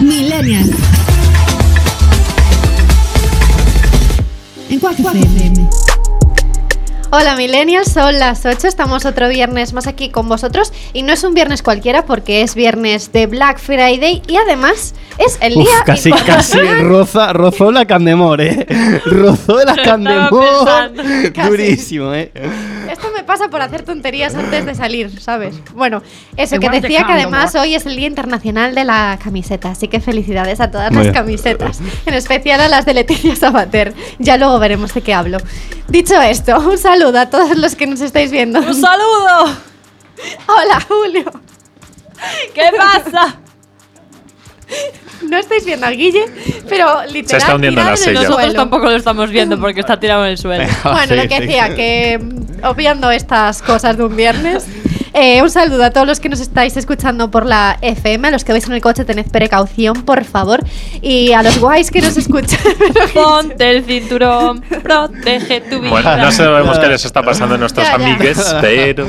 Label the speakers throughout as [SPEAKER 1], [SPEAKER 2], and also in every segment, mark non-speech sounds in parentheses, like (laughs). [SPEAKER 1] Millennials. En Quack FM.
[SPEAKER 2] Hola Millennials, son las 8, estamos otro viernes más aquí con vosotros y no es un viernes cualquiera porque es viernes de Black Friday y además es el
[SPEAKER 3] Uf,
[SPEAKER 2] día...
[SPEAKER 3] casi, casi roza, rozó la Candemor, ¿eh?
[SPEAKER 2] (laughs)
[SPEAKER 3] Rozó la Candemor. (laughs)
[SPEAKER 2] Casi.
[SPEAKER 3] Durísimo,
[SPEAKER 2] (laughs)
[SPEAKER 3] ¿eh?
[SPEAKER 2] Esto me pasa por hacer tonterías antes de salir, ¿sabes? Bueno, eso
[SPEAKER 4] Igual
[SPEAKER 2] que
[SPEAKER 4] te
[SPEAKER 2] decía que
[SPEAKER 4] cambio,
[SPEAKER 2] además
[SPEAKER 4] amor.
[SPEAKER 2] hoy es el Día Internacional de la Camiseta, así que felicidades a todas
[SPEAKER 3] Muy
[SPEAKER 2] las
[SPEAKER 3] bien.
[SPEAKER 2] camisetas, en especial a las de Leticia Sabater. Ya luego veremos de qué hablo. Dicho esto, un saludo a todos los que nos estáis viendo.
[SPEAKER 4] ¡Un saludo!
[SPEAKER 2] Hola, Julio.
[SPEAKER 4] ¿Qué pasa?
[SPEAKER 2] No estáis viendo a Guille, pero literal
[SPEAKER 5] Se está hundiendo en la
[SPEAKER 2] tirado en
[SPEAKER 5] Ah,
[SPEAKER 2] el
[SPEAKER 5] silla.
[SPEAKER 4] Nosotros
[SPEAKER 2] suelo.
[SPEAKER 4] tampoco lo estamos viendo porque está tirado en el suelo.
[SPEAKER 2] Bueno,
[SPEAKER 3] Sí,
[SPEAKER 2] lo que
[SPEAKER 3] sí.
[SPEAKER 2] decía, que mm, obviando estas cosas de un viernes, eh, un saludo a todos los que nos estáis escuchando por la FM, a los que vais en el coche, tened precaución, por favor, y a los guays que nos
[SPEAKER 4] (laughs)
[SPEAKER 2] escuchan.
[SPEAKER 4] Ponte el cinturón, protege tu vida.
[SPEAKER 5] Bueno, no sabemos qué les está pasando a nuestros
[SPEAKER 2] Ya, ya.
[SPEAKER 5] amigues, pero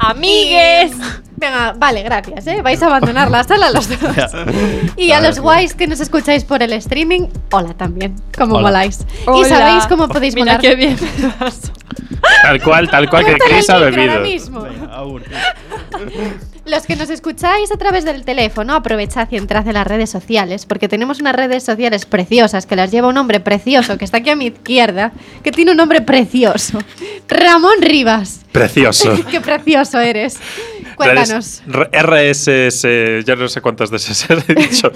[SPEAKER 4] Amigues.
[SPEAKER 2] Venga, vale, gracias, ¿eh? Vais a abandonar la sala los dos. Y a los guays que nos escucháis por el streaming, hola también, como
[SPEAKER 3] Hola.
[SPEAKER 2] moláis. Y
[SPEAKER 4] Hola.
[SPEAKER 2] sabéis cómo podéis
[SPEAKER 4] Mira
[SPEAKER 2] molar.
[SPEAKER 4] qué bien me vas.
[SPEAKER 5] tal cual, tal cual que
[SPEAKER 2] Pregúntale
[SPEAKER 5] Chris
[SPEAKER 2] al
[SPEAKER 5] ha
[SPEAKER 2] micro ahora
[SPEAKER 5] bebido.
[SPEAKER 2] mismo. Los que nos escucháis a través del teléfono, aprovechad y entrad en las redes sociales, porque tenemos unas redes sociales preciosas que las lleva un hombre precioso que está aquí a mi izquierda, que tiene un nombre precioso. Ramón Rivas.
[SPEAKER 5] Precioso.
[SPEAKER 2] (laughs) Qué precioso eres. Cuéntanos.
[SPEAKER 5] Redes- R- RSS, ya no sé cuántas de esas (laughs) he dicho.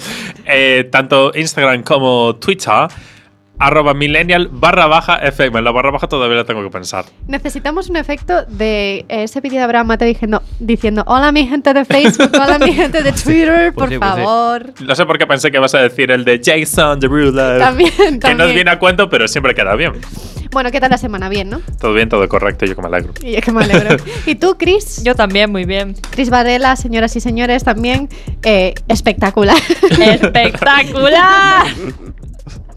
[SPEAKER 5] Eh, tanto Instagram como Twitter, arroba millennial barra baja FM. La barra baja todavía la tengo que pensar.
[SPEAKER 2] Necesitamos un efecto de ese vídeo de Abraham Mateo diciendo, diciendo hola mi gente de Facebook, hola mi gente de Twitter, por
[SPEAKER 3] Pues (laughs) sí, pues sí.
[SPEAKER 2] favor.
[SPEAKER 5] No sé por qué pensé que vas a decir el de Jason
[SPEAKER 2] (laughs)
[SPEAKER 5] Derulo.
[SPEAKER 2] También,
[SPEAKER 5] Que no
[SPEAKER 2] también.
[SPEAKER 5] es bien a cuento, pero siempre queda bien.
[SPEAKER 2] Bueno, ¿qué tal la semana? Bien, ¿no?
[SPEAKER 5] Todo bien, todo correcto, yo que me alegro.
[SPEAKER 2] Y es que me
[SPEAKER 3] (laughs)
[SPEAKER 2] alegro. ¿Y tú, Chris?
[SPEAKER 4] Yo también, muy bien.
[SPEAKER 2] Cris Varela, señoras y señores, también eh, espectacular. (laughs)
[SPEAKER 4] ¡Espectacular!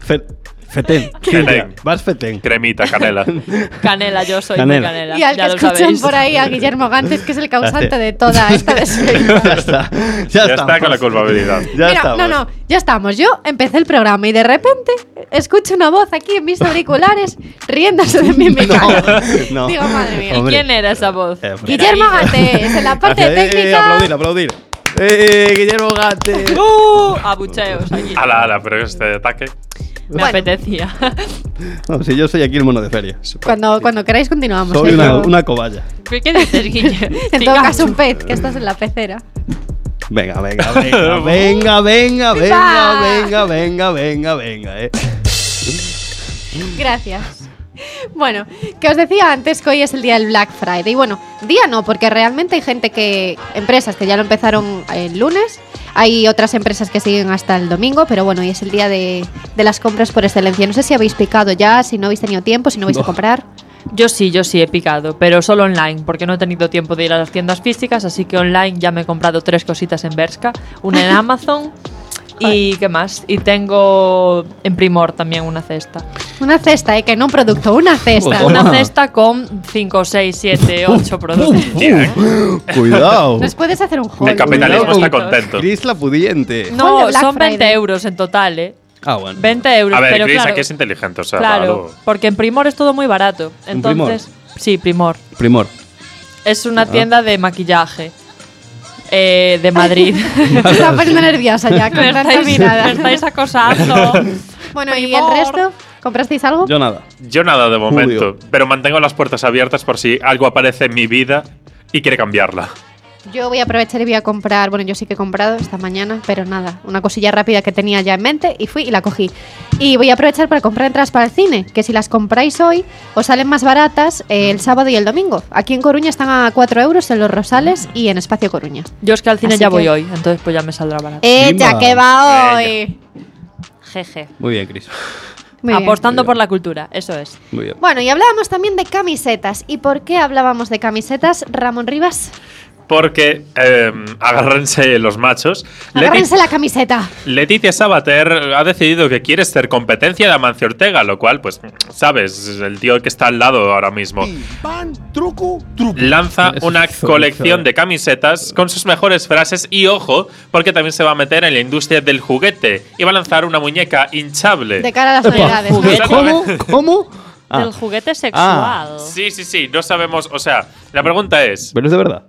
[SPEAKER 3] Fe-
[SPEAKER 2] (laughs)
[SPEAKER 3] Fetén. Cintia, Vas Fetén.
[SPEAKER 5] Cremita, canela.
[SPEAKER 4] Canela, yo soy muy
[SPEAKER 3] Canela.
[SPEAKER 4] canela.
[SPEAKER 2] y al
[SPEAKER 4] ya
[SPEAKER 2] que
[SPEAKER 4] lo
[SPEAKER 2] escuchan
[SPEAKER 4] sabéis.
[SPEAKER 2] por ahí a Guillermo Gantes, que es el causante
[SPEAKER 3] Gracias.
[SPEAKER 2] de toda
[SPEAKER 3] (laughs)
[SPEAKER 2] esta desfecha.
[SPEAKER 3] ya está. Ya,
[SPEAKER 5] Ya está con la
[SPEAKER 3] estamos.
[SPEAKER 5] culpabilidad.
[SPEAKER 3] Ya
[SPEAKER 2] Mira,
[SPEAKER 3] estamos.
[SPEAKER 2] no, no, ya estamos. Yo empecé el programa y de repente escucho una voz aquí en mis auriculares riéndose de
[SPEAKER 3] (laughs)
[SPEAKER 2] mí en mi cara. (laughs)
[SPEAKER 3] no.
[SPEAKER 2] Digo, madre mía.
[SPEAKER 4] ¿Y
[SPEAKER 3] Hombre.
[SPEAKER 4] quién era esa voz?
[SPEAKER 3] Eh, hombre.
[SPEAKER 2] Guillermo Gantes, en la parte
[SPEAKER 3] Hacia- eh, eh,
[SPEAKER 2] técnica.
[SPEAKER 3] aplaudir, aplaudir. Eh, eh, Guillermo Gante.
[SPEAKER 2] (laughs)
[SPEAKER 4] ¡Uh! Abucheos aquí.
[SPEAKER 5] Ala, ala, pero este ataque.
[SPEAKER 4] Me
[SPEAKER 2] Bueno.
[SPEAKER 4] apetecía. (laughs)
[SPEAKER 3] No, si yo soy aquí el mono de feria.
[SPEAKER 2] cuando, cuando queráis continuamos.
[SPEAKER 3] Soy
[SPEAKER 2] ¿eh?
[SPEAKER 3] una,
[SPEAKER 2] Yo-
[SPEAKER 3] una cobaya.
[SPEAKER 4] ¿Qué qué dices, Guille?
[SPEAKER 2] (laughs) En todo caso, un pez, que estás en la pecera.
[SPEAKER 3] Venga, (laughs) venga, venga, venga, venga, venga, venga, venga, venga, venga, eh.
[SPEAKER 2] Gracias. Bueno, que os decía antes que hoy es el día del Black Friday. Y bueno, día no, porque realmente hay gente que. empresas que ya lo empezaron el lunes. Hay otras empresas que siguen hasta el domingo, pero bueno, hoy es el día de, de las compras por excelencia. No sé si habéis picado ya, si no habéis tenido tiempo, si no vais a
[SPEAKER 3] No.
[SPEAKER 2] comprar.
[SPEAKER 4] Yo sí, yo sí he picado, pero solo online, porque no he tenido tiempo de ir a las tiendas físicas, así que online ya me he comprado tres cositas en Berska,
[SPEAKER 3] (laughs)
[SPEAKER 4] una en Amazon y qué más. Y tengo en Primor también una cesta.
[SPEAKER 2] Una cesta, ¿eh? que no un producto, una cesta.
[SPEAKER 3] Toma.
[SPEAKER 4] Una cesta con 5, 6, 7, 8 productos.
[SPEAKER 3] eh. Uh, (laughs) Cuidado.
[SPEAKER 2] Nos puedes hacer un juego.
[SPEAKER 5] El capitalismo
[SPEAKER 3] Cuidado
[SPEAKER 5] está
[SPEAKER 4] con-
[SPEAKER 5] contento.
[SPEAKER 3] Cris la pudiente.
[SPEAKER 2] Ponle
[SPEAKER 4] No,
[SPEAKER 2] Black
[SPEAKER 4] son 20
[SPEAKER 2] Friday.
[SPEAKER 4] euros en total, ¿eh?
[SPEAKER 3] Ah, bueno.
[SPEAKER 4] 20 euros,
[SPEAKER 5] A ver,
[SPEAKER 4] pero
[SPEAKER 5] Chris
[SPEAKER 4] claro,
[SPEAKER 5] aquí es inteligente, o sea,
[SPEAKER 4] claro,
[SPEAKER 5] algo-
[SPEAKER 4] porque en Primor es todo muy barato.
[SPEAKER 3] ¿En Primor? Ah.
[SPEAKER 4] Entonces, sí, Primor.
[SPEAKER 3] Primor.
[SPEAKER 4] Es una tienda de maquillaje eh,
[SPEAKER 3] (laughs)
[SPEAKER 4] de Madrid.
[SPEAKER 2] Se está poniendo nerviosa ya con
[SPEAKER 4] Me
[SPEAKER 2] tanta
[SPEAKER 4] estáis, me
[SPEAKER 2] mirada.
[SPEAKER 4] estáis acosando.
[SPEAKER 2] Bueno, ¿y el
[SPEAKER 4] Primor.
[SPEAKER 2] resto? ¿Comprasteis algo?
[SPEAKER 3] Yo nada.
[SPEAKER 5] Yo nada de momento,
[SPEAKER 3] Julio.
[SPEAKER 5] pero mantengo las puertas abiertas por si algo aparece en mi vida y quiere cambiarla.
[SPEAKER 2] Yo voy a aprovechar y voy a comprar, bueno, yo sí que he comprado esta mañana, pero nada, una cosilla rápida que tenía ya en mente y fui y la cogí. Y voy a aprovechar para comprar entradas para el cine, que si las compráis hoy, os salen más baratas eh,
[SPEAKER 3] Mm.
[SPEAKER 2] el sábado y el domingo. Aquí en Coruña están a 4 euros en Los Rosales y en Espacio Coruña.
[SPEAKER 4] (laughs) Yo es que al cine
[SPEAKER 2] Así
[SPEAKER 4] ya
[SPEAKER 2] que- Eh,
[SPEAKER 4] voy hoy, entonces pues ya me saldrá barato.
[SPEAKER 2] ¡Ella,
[SPEAKER 3] Bimba.
[SPEAKER 2] que va hoy!
[SPEAKER 4] Jeje.
[SPEAKER 3] Muy bien, Cris.
[SPEAKER 2] Muy bien.
[SPEAKER 4] Apostando
[SPEAKER 3] Muy bien.
[SPEAKER 4] por la cultura, eso es.
[SPEAKER 3] Muy bien.
[SPEAKER 2] Bueno, y hablábamos también de camisetas. ¿Y por qué hablábamos de camisetas, Ramón Rivas?
[SPEAKER 5] porque eh, agárrense los machos.
[SPEAKER 2] Agárrense la camiseta.
[SPEAKER 5] Leticia Sabater ha decidido que quiere ser competencia de Amancio Ortega, lo cual, pues, sabes, es el tío que está al lado ahora mismo. Lanza una colección de camisetas con sus mejores frases y ojo, porque también se va a meter en la industria del juguete y va a lanzar una muñeca hinchable.
[SPEAKER 2] De cara a las
[SPEAKER 3] Eh. Epa,
[SPEAKER 2] novedades. ¿no?
[SPEAKER 5] juguete.
[SPEAKER 3] ¿Cómo? ¿Cómo? Ah,
[SPEAKER 1] Del juguete sexual.
[SPEAKER 5] Sí, sí, sí, no sabemos, o sea, la pregunta es...
[SPEAKER 3] pero es de verdad.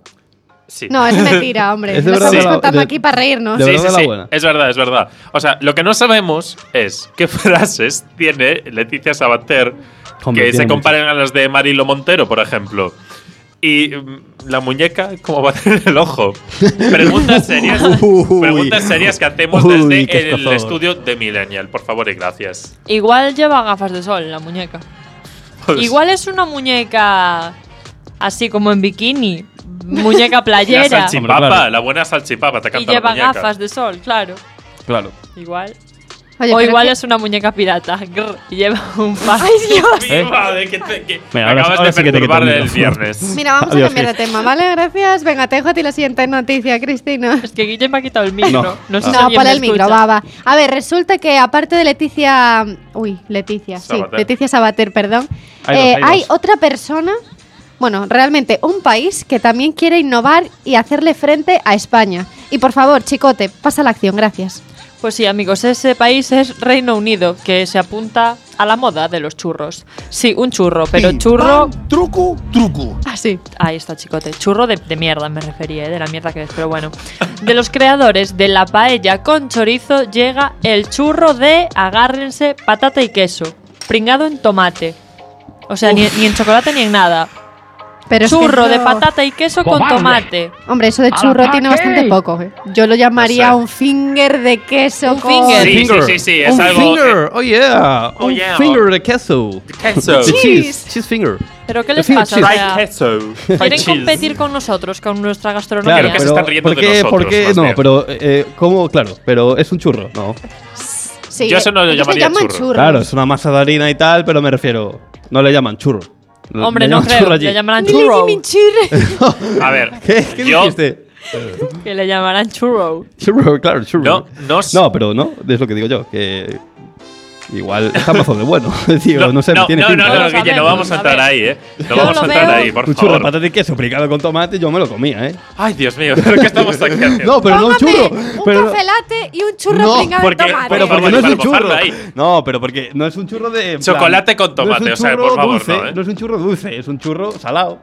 [SPEAKER 5] Sí.
[SPEAKER 2] No, es mentira, hombre.
[SPEAKER 3] Es de
[SPEAKER 2] Lo
[SPEAKER 3] verdad,
[SPEAKER 2] estamos
[SPEAKER 5] sí.
[SPEAKER 2] contando
[SPEAKER 3] de-
[SPEAKER 2] aquí para reírnos.
[SPEAKER 3] de
[SPEAKER 5] Sí,
[SPEAKER 3] verdad
[SPEAKER 5] sí,
[SPEAKER 3] era
[SPEAKER 5] sí.
[SPEAKER 3] buena.
[SPEAKER 5] Es verdad, es verdad. O sea, lo que no sabemos es qué (laughs) frases tiene Leticia Sabater
[SPEAKER 3] Hombre,
[SPEAKER 5] que se
[SPEAKER 3] tiene
[SPEAKER 5] comparen a las de Marilo Montero, por ejemplo. Y mm, la muñeca, ¿cómo va a tener el
[SPEAKER 3] (laughs)
[SPEAKER 5] ojo? Preguntas serias,
[SPEAKER 3] Uy.
[SPEAKER 5] preguntas serias que hacemos
[SPEAKER 3] Uy, qué
[SPEAKER 5] desde el
[SPEAKER 3] escozor.
[SPEAKER 5] estudio de Millennial. Por favor y gracias.
[SPEAKER 4] Igual lleva gafas de sol la muñeca. (laughs)
[SPEAKER 5] Pues,
[SPEAKER 4] Igual es una muñeca así como en bikini,
[SPEAKER 2] (laughs)
[SPEAKER 4] muñeca
[SPEAKER 5] La
[SPEAKER 4] playera
[SPEAKER 5] salchipapa,
[SPEAKER 3] Hombre, claro.
[SPEAKER 5] la buena salchipapa, te
[SPEAKER 4] y
[SPEAKER 5] canta la
[SPEAKER 4] lleva
[SPEAKER 5] muñeca. (laughs)
[SPEAKER 4] gafas de sol, claro.
[SPEAKER 3] Claro.
[SPEAKER 4] Igual.
[SPEAKER 2] Oye,
[SPEAKER 4] o
[SPEAKER 2] pero
[SPEAKER 4] igual
[SPEAKER 2] que-
[SPEAKER 4] es una muñeca pirata grr, y lleva
[SPEAKER 2] (laughs)
[SPEAKER 4] un par.
[SPEAKER 5] Viva, de que te- que-
[SPEAKER 3] Mira,
[SPEAKER 5] me
[SPEAKER 3] ¿Eh? ahora-
[SPEAKER 5] acabas
[SPEAKER 3] ahora
[SPEAKER 5] de
[SPEAKER 3] sí que te quito
[SPEAKER 5] perturbar
[SPEAKER 3] el
[SPEAKER 5] el
[SPEAKER 3] micrófono. (laughs)
[SPEAKER 5] viernes.
[SPEAKER 2] Mira, vamos
[SPEAKER 3] Adiós,
[SPEAKER 2] a cambiar de tema, ¿vale? Gracias. Venga, te dejo a ti la siguiente noticia, Cristina.
[SPEAKER 4] Es que Guille me ha quitado el micro.
[SPEAKER 3] No. Ah.
[SPEAKER 4] No, sé si
[SPEAKER 2] No,
[SPEAKER 4] alguien
[SPEAKER 2] pon
[SPEAKER 4] me
[SPEAKER 2] el micro,
[SPEAKER 4] escucha.
[SPEAKER 2] va, va. A ver, resulta que aparte de Leticia. Uy, Leticia, sí,
[SPEAKER 5] Sabater.
[SPEAKER 2] Leticia Sabater, perdón.
[SPEAKER 3] Hay
[SPEAKER 2] eh,
[SPEAKER 3] dos, hay
[SPEAKER 2] hay
[SPEAKER 3] dos.
[SPEAKER 2] otra persona, bueno, realmente un país que también quiere innovar y hacerle frente a España. Y por favor, chicote, pasa la acción, gracias.
[SPEAKER 4] Pues sí, amigos, ese país es Reino Unido, que se apunta a la moda de los churros. Sí, un churro, pero churro.
[SPEAKER 6] Truco, truco.
[SPEAKER 4] Ah,
[SPEAKER 2] Así.
[SPEAKER 4] Ahí está, chicote. Churro de, de mierda me refería, ¿eh? de la mierda que es, pero bueno. De los creadores de la paella con chorizo llega el churro de, agárrense, patata y queso. Pringado en tomate. O sea, ni, ni en chocolate ni en nada.
[SPEAKER 2] Pero es que
[SPEAKER 4] churro de
[SPEAKER 2] eso-
[SPEAKER 4] patata y queso con tomate.
[SPEAKER 2] Hombre, eso de churro tiene bastante poco. eh. Yo lo llamaría
[SPEAKER 5] No sé.
[SPEAKER 2] un finger de queso.
[SPEAKER 4] Un
[SPEAKER 2] con-
[SPEAKER 4] finger.
[SPEAKER 5] Sí, sí,
[SPEAKER 3] Finger.
[SPEAKER 5] sí, sí, es
[SPEAKER 3] un
[SPEAKER 5] algo.
[SPEAKER 3] finger. Oh yeah.
[SPEAKER 5] Oh,
[SPEAKER 3] un
[SPEAKER 5] yeah.
[SPEAKER 3] finger de queso.
[SPEAKER 5] Queso.
[SPEAKER 3] The cheese.
[SPEAKER 2] Cheese.
[SPEAKER 3] Cheese finger.
[SPEAKER 4] ¿Pero qué
[SPEAKER 3] The
[SPEAKER 4] les
[SPEAKER 3] finger
[SPEAKER 4] pasa? O
[SPEAKER 3] cheese.
[SPEAKER 5] Fried
[SPEAKER 4] sea,
[SPEAKER 5] queso.
[SPEAKER 4] ¿Quieren competir con nosotros, con nuestra gastronomía?
[SPEAKER 5] Creo que se están riendo
[SPEAKER 3] ¿por
[SPEAKER 5] de
[SPEAKER 3] qué?
[SPEAKER 5] nosotros,
[SPEAKER 3] ¿por qué?
[SPEAKER 5] más
[SPEAKER 3] No,
[SPEAKER 5] bien.
[SPEAKER 3] pero eh, ¿cómo? Claro, pero es un churro, ¿no?
[SPEAKER 2] Sí,
[SPEAKER 5] Yo eso no lo
[SPEAKER 2] ellos
[SPEAKER 5] llamaría
[SPEAKER 2] llaman
[SPEAKER 5] churro.
[SPEAKER 2] churros.
[SPEAKER 3] Claro, es una masa de harina y tal, pero me refiero, no le llaman churro.
[SPEAKER 4] Hombre,
[SPEAKER 3] Le
[SPEAKER 4] no
[SPEAKER 3] llaman churro
[SPEAKER 4] creo.
[SPEAKER 3] allí.
[SPEAKER 4] Le llamarán
[SPEAKER 2] Ni le
[SPEAKER 4] churro.
[SPEAKER 2] llaman churro.
[SPEAKER 5] A ver,
[SPEAKER 3] ¿Qué, ¿Qué
[SPEAKER 5] yo
[SPEAKER 3] dijiste?
[SPEAKER 4] Que le llamarán churro.
[SPEAKER 3] Churro, claro, churro.
[SPEAKER 5] no, no, s-
[SPEAKER 3] No, pero no, es lo que digo yo, que igual está bastante bueno. (laughs) Digo, no, sé, me
[SPEAKER 5] no,
[SPEAKER 3] tiene
[SPEAKER 5] no,
[SPEAKER 3] pinta.
[SPEAKER 5] no,
[SPEAKER 4] No
[SPEAKER 5] no,
[SPEAKER 4] lo
[SPEAKER 5] Guille, no
[SPEAKER 4] sabemos,
[SPEAKER 5] vamos a
[SPEAKER 4] a
[SPEAKER 5] entrar
[SPEAKER 4] ver.
[SPEAKER 5] ahí, ¿eh? No
[SPEAKER 4] Yo
[SPEAKER 5] vamos
[SPEAKER 4] lo
[SPEAKER 5] a entrar
[SPEAKER 4] veo.
[SPEAKER 5] ahí, por
[SPEAKER 3] Un churro de
[SPEAKER 5] favor.
[SPEAKER 3] patata y queso fricado con tomate, yo me lo comía, ¿eh?
[SPEAKER 5] Ay, Dios mío, (laughs) ¿pero qué estamos aquí
[SPEAKER 3] (laughs)
[SPEAKER 5] haciendo?
[SPEAKER 3] No, (laughs) pero no un
[SPEAKER 2] Tómame
[SPEAKER 3] churro.
[SPEAKER 2] Un
[SPEAKER 3] pero,
[SPEAKER 2] café latte y un churro
[SPEAKER 3] No,
[SPEAKER 2] pringado de
[SPEAKER 5] porque-
[SPEAKER 2] tomate.
[SPEAKER 3] pero
[SPEAKER 5] pero por
[SPEAKER 3] porque no es un
[SPEAKER 5] para mojarlo
[SPEAKER 3] churro.
[SPEAKER 5] ahí.
[SPEAKER 3] No, pero porque no es un churro de. en plan-
[SPEAKER 5] Chocolate con
[SPEAKER 3] no es un
[SPEAKER 5] tomate, o sea,
[SPEAKER 3] churro
[SPEAKER 5] por favor,
[SPEAKER 3] dulce,
[SPEAKER 5] no, ¿eh?
[SPEAKER 3] es un churro dulce, es un churro salado.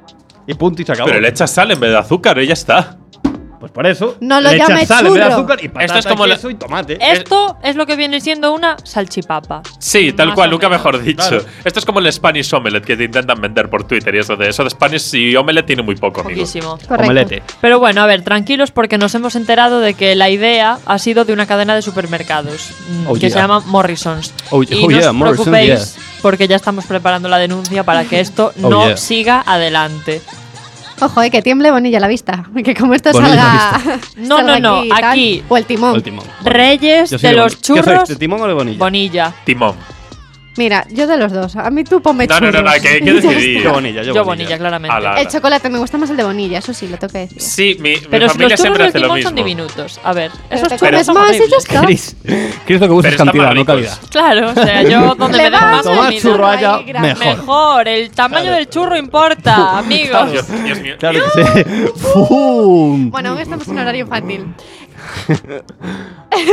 [SPEAKER 3] Y punto y se acabó.
[SPEAKER 5] Pero le echas sal en vez de azúcar y ya está.
[SPEAKER 3] Pues por eso.
[SPEAKER 2] No lo
[SPEAKER 3] le echas
[SPEAKER 2] llame
[SPEAKER 3] sal en vez de
[SPEAKER 2] churro.
[SPEAKER 3] azúcar y patata,
[SPEAKER 5] Esto es como la-
[SPEAKER 3] queso y tomate.
[SPEAKER 4] Esto es lo que viene siendo una salchipapa.
[SPEAKER 5] Sí, tal
[SPEAKER 4] Más
[SPEAKER 5] cual,
[SPEAKER 4] o
[SPEAKER 5] nunca
[SPEAKER 4] menos.
[SPEAKER 5] mejor dicho.
[SPEAKER 3] Claro.
[SPEAKER 5] Esto es como el Spanish Omelette que te intentan vender por Twitter y eso de eso de Spanish y Omelette tiene muy poco, amigo.
[SPEAKER 4] Poquísimo.
[SPEAKER 2] Correcto.
[SPEAKER 3] Omelete.
[SPEAKER 4] Pero bueno, a ver, tranquilos porque nos hemos enterado de que la idea ha sido de una cadena de supermercados mm,
[SPEAKER 3] Oh,
[SPEAKER 4] que
[SPEAKER 3] yeah.
[SPEAKER 4] se llama Morrisons.
[SPEAKER 3] Oh,
[SPEAKER 4] y
[SPEAKER 3] oh,
[SPEAKER 4] no
[SPEAKER 3] yeah,
[SPEAKER 4] os
[SPEAKER 3] Morrisons,
[SPEAKER 4] preocupéis porque ya estamos preparando la denuncia para
[SPEAKER 3] (laughs)
[SPEAKER 4] que esto
[SPEAKER 3] Oh,
[SPEAKER 4] no
[SPEAKER 3] yeah.
[SPEAKER 4] siga adelante.
[SPEAKER 2] Ojo, eh, que tiemble Bonilla la vista. (laughs) Que como esto
[SPEAKER 3] Bonilla la
[SPEAKER 2] salga. (laughs)
[SPEAKER 4] No,
[SPEAKER 2] salga
[SPEAKER 4] no, no,
[SPEAKER 2] y tal.
[SPEAKER 4] aquí.
[SPEAKER 2] O el timón.
[SPEAKER 3] El timón. Bueno,
[SPEAKER 4] Reyes
[SPEAKER 3] yo soy
[SPEAKER 4] de los
[SPEAKER 3] Bonilla. ¿Qué
[SPEAKER 4] churros,
[SPEAKER 3] sois, ¿De timón o de bonilla?
[SPEAKER 4] Bonilla.
[SPEAKER 5] Timón.
[SPEAKER 2] Mira, yo de los dos. A mí tú ponme
[SPEAKER 5] No, no, no,
[SPEAKER 2] churros.
[SPEAKER 5] no, que hay
[SPEAKER 2] (laughs)
[SPEAKER 5] que
[SPEAKER 2] Ya
[SPEAKER 5] decidir.
[SPEAKER 3] Yo bonilla, yo,
[SPEAKER 4] Yo Bonilla, claramente.
[SPEAKER 5] Ala.
[SPEAKER 2] El chocolate me gusta más el de Bonilla, eso sí, lo tengo que decir.
[SPEAKER 5] Sí, mi, mi
[SPEAKER 4] Pero si los
[SPEAKER 5] familia
[SPEAKER 4] churros
[SPEAKER 5] siempre
[SPEAKER 4] del
[SPEAKER 5] hace lo
[SPEAKER 4] timón son
[SPEAKER 5] mismo.
[SPEAKER 4] diminutos. A ver, esos
[SPEAKER 2] Pero te
[SPEAKER 4] churros
[SPEAKER 2] comes
[SPEAKER 4] son
[SPEAKER 2] más y ya
[SPEAKER 4] horribles.
[SPEAKER 2] está.
[SPEAKER 3] (laughs) Chris, Chris lo que busca
[SPEAKER 5] Pero
[SPEAKER 3] es
[SPEAKER 5] están
[SPEAKER 3] cantidad,
[SPEAKER 5] más
[SPEAKER 3] no
[SPEAKER 5] ricos.
[SPEAKER 3] calidad.
[SPEAKER 4] Claro, o sea,
[SPEAKER 3] (laughs)
[SPEAKER 4] yo donde
[SPEAKER 2] Le
[SPEAKER 4] me den más
[SPEAKER 2] das
[SPEAKER 3] Cuanto más
[SPEAKER 2] el
[SPEAKER 4] comida,
[SPEAKER 3] churro
[SPEAKER 2] ahí,
[SPEAKER 3] haya,
[SPEAKER 2] grande.
[SPEAKER 3] mejor.
[SPEAKER 4] mejor. El tamaño del churro
[SPEAKER 5] (laughs)
[SPEAKER 4] importa, amigos.
[SPEAKER 5] Dios, Dios mío.
[SPEAKER 3] Claro que sí. ¡Fum!
[SPEAKER 2] Bueno, aún estamos en horario infantil.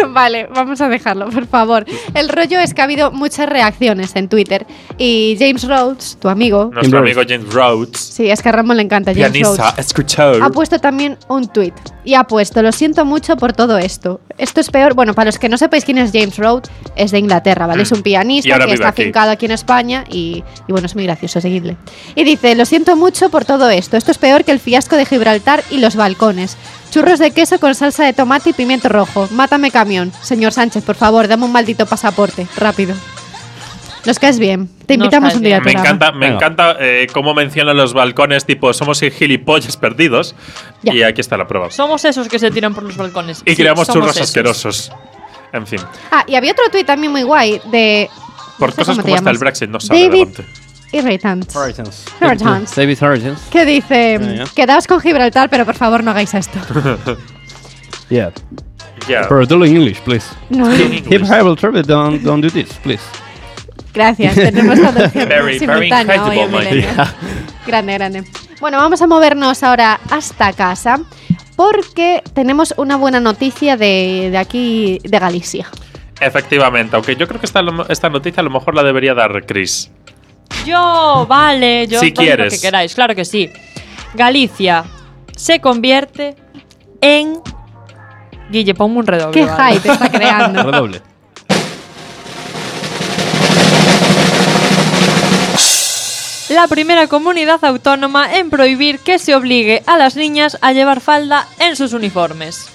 [SPEAKER 2] vale, vamos a dejarlo, por favor. El rollo es que ha habido muchas reacciones en Twitter. Y James Rhodes, tu amigo.
[SPEAKER 5] Nuestro
[SPEAKER 3] Rhodes.
[SPEAKER 5] amigo James Rhodes,
[SPEAKER 2] Sí, es que a Ramón le encanta James
[SPEAKER 5] pianista,
[SPEAKER 2] Rhodes.
[SPEAKER 5] escritor.
[SPEAKER 2] ha puesto también un tuit y ha puesto, lo siento mucho por todo esto. Esto es peor, bueno, para los que no sepáis quién es James Road, es de Inglaterra, ¿vale?
[SPEAKER 5] Mm.
[SPEAKER 2] Es un
[SPEAKER 5] Y
[SPEAKER 2] pianista
[SPEAKER 5] ahora
[SPEAKER 2] que
[SPEAKER 5] vive
[SPEAKER 2] está
[SPEAKER 5] aquí.
[SPEAKER 2] afincado aquí en España y, y bueno, es muy gracioso seguirle. Y dice, lo siento mucho por todo esto. Esto es peor que el fiasco de Gibraltar y los balcones. Churros de queso con salsa de tomate y pimiento rojo. Mátame camión. Señor Sánchez, por favor, dame un maldito pasaporte. Rápido. Nos caes bien. Te
[SPEAKER 4] Nos
[SPEAKER 2] invitamos
[SPEAKER 4] caes
[SPEAKER 2] un día al
[SPEAKER 5] Me
[SPEAKER 2] programa.
[SPEAKER 5] encanta, me
[SPEAKER 3] Venga.
[SPEAKER 5] encanta eh, cómo menciona los balcones, tipo, somos gilipollas perdidos.
[SPEAKER 2] Ya.
[SPEAKER 5] Y aquí está la prueba.
[SPEAKER 4] Somos esos que se tiran por los balcones.
[SPEAKER 5] Y
[SPEAKER 4] Sí,
[SPEAKER 5] creamos
[SPEAKER 4] somos
[SPEAKER 5] churros
[SPEAKER 4] esos.
[SPEAKER 5] asquerosos. En fin.
[SPEAKER 2] Ah, y había otro tuit también muy guay de...
[SPEAKER 5] Por
[SPEAKER 2] no sé
[SPEAKER 5] cosas
[SPEAKER 2] cómo te
[SPEAKER 5] como hasta el
[SPEAKER 2] llamas.
[SPEAKER 5] Brexit no sale
[SPEAKER 2] David
[SPEAKER 5] adelante.
[SPEAKER 2] Irritant.
[SPEAKER 3] Horizons.
[SPEAKER 2] Irritants.
[SPEAKER 3] David Horizons.
[SPEAKER 2] Que dice, mm,
[SPEAKER 3] Ya, ya.
[SPEAKER 2] quedaos con Gibraltar, pero por favor no hagáis
[SPEAKER 3] (laughs)
[SPEAKER 2] esto.
[SPEAKER 3] Yeah.
[SPEAKER 5] Yeah.
[SPEAKER 3] Pero do in English, please.
[SPEAKER 2] No,
[SPEAKER 5] In
[SPEAKER 3] If
[SPEAKER 5] English.
[SPEAKER 3] I will travel, don't, don't do this, (laughs) please.
[SPEAKER 2] gracias, tenemos
[SPEAKER 5] (laughs)
[SPEAKER 2] traducción
[SPEAKER 5] Very, very
[SPEAKER 2] simultánea hoy en
[SPEAKER 5] incredible,
[SPEAKER 2] Milenio. Grande, grande. Bueno, vamos a movernos ahora hasta casa porque tenemos una buena noticia de, de aquí, de Galicia.
[SPEAKER 5] Efectivamente, aunque yo creo que esta, lo- esta noticia a lo mejor la debería dar Chris.
[SPEAKER 4] Yo, vale, yo
[SPEAKER 5] Si
[SPEAKER 4] doy
[SPEAKER 5] quieres.
[SPEAKER 4] lo que queráis, claro que sí. Galicia se convierte en Guille, ponme un redoble.
[SPEAKER 2] Qué
[SPEAKER 4] vale.
[SPEAKER 2] hype está
[SPEAKER 3] (laughs)
[SPEAKER 2] creando.
[SPEAKER 3] Redoble.
[SPEAKER 4] La primera comunidad autónoma en prohibir que se obligue a las niñas a llevar falda en sus uniformes.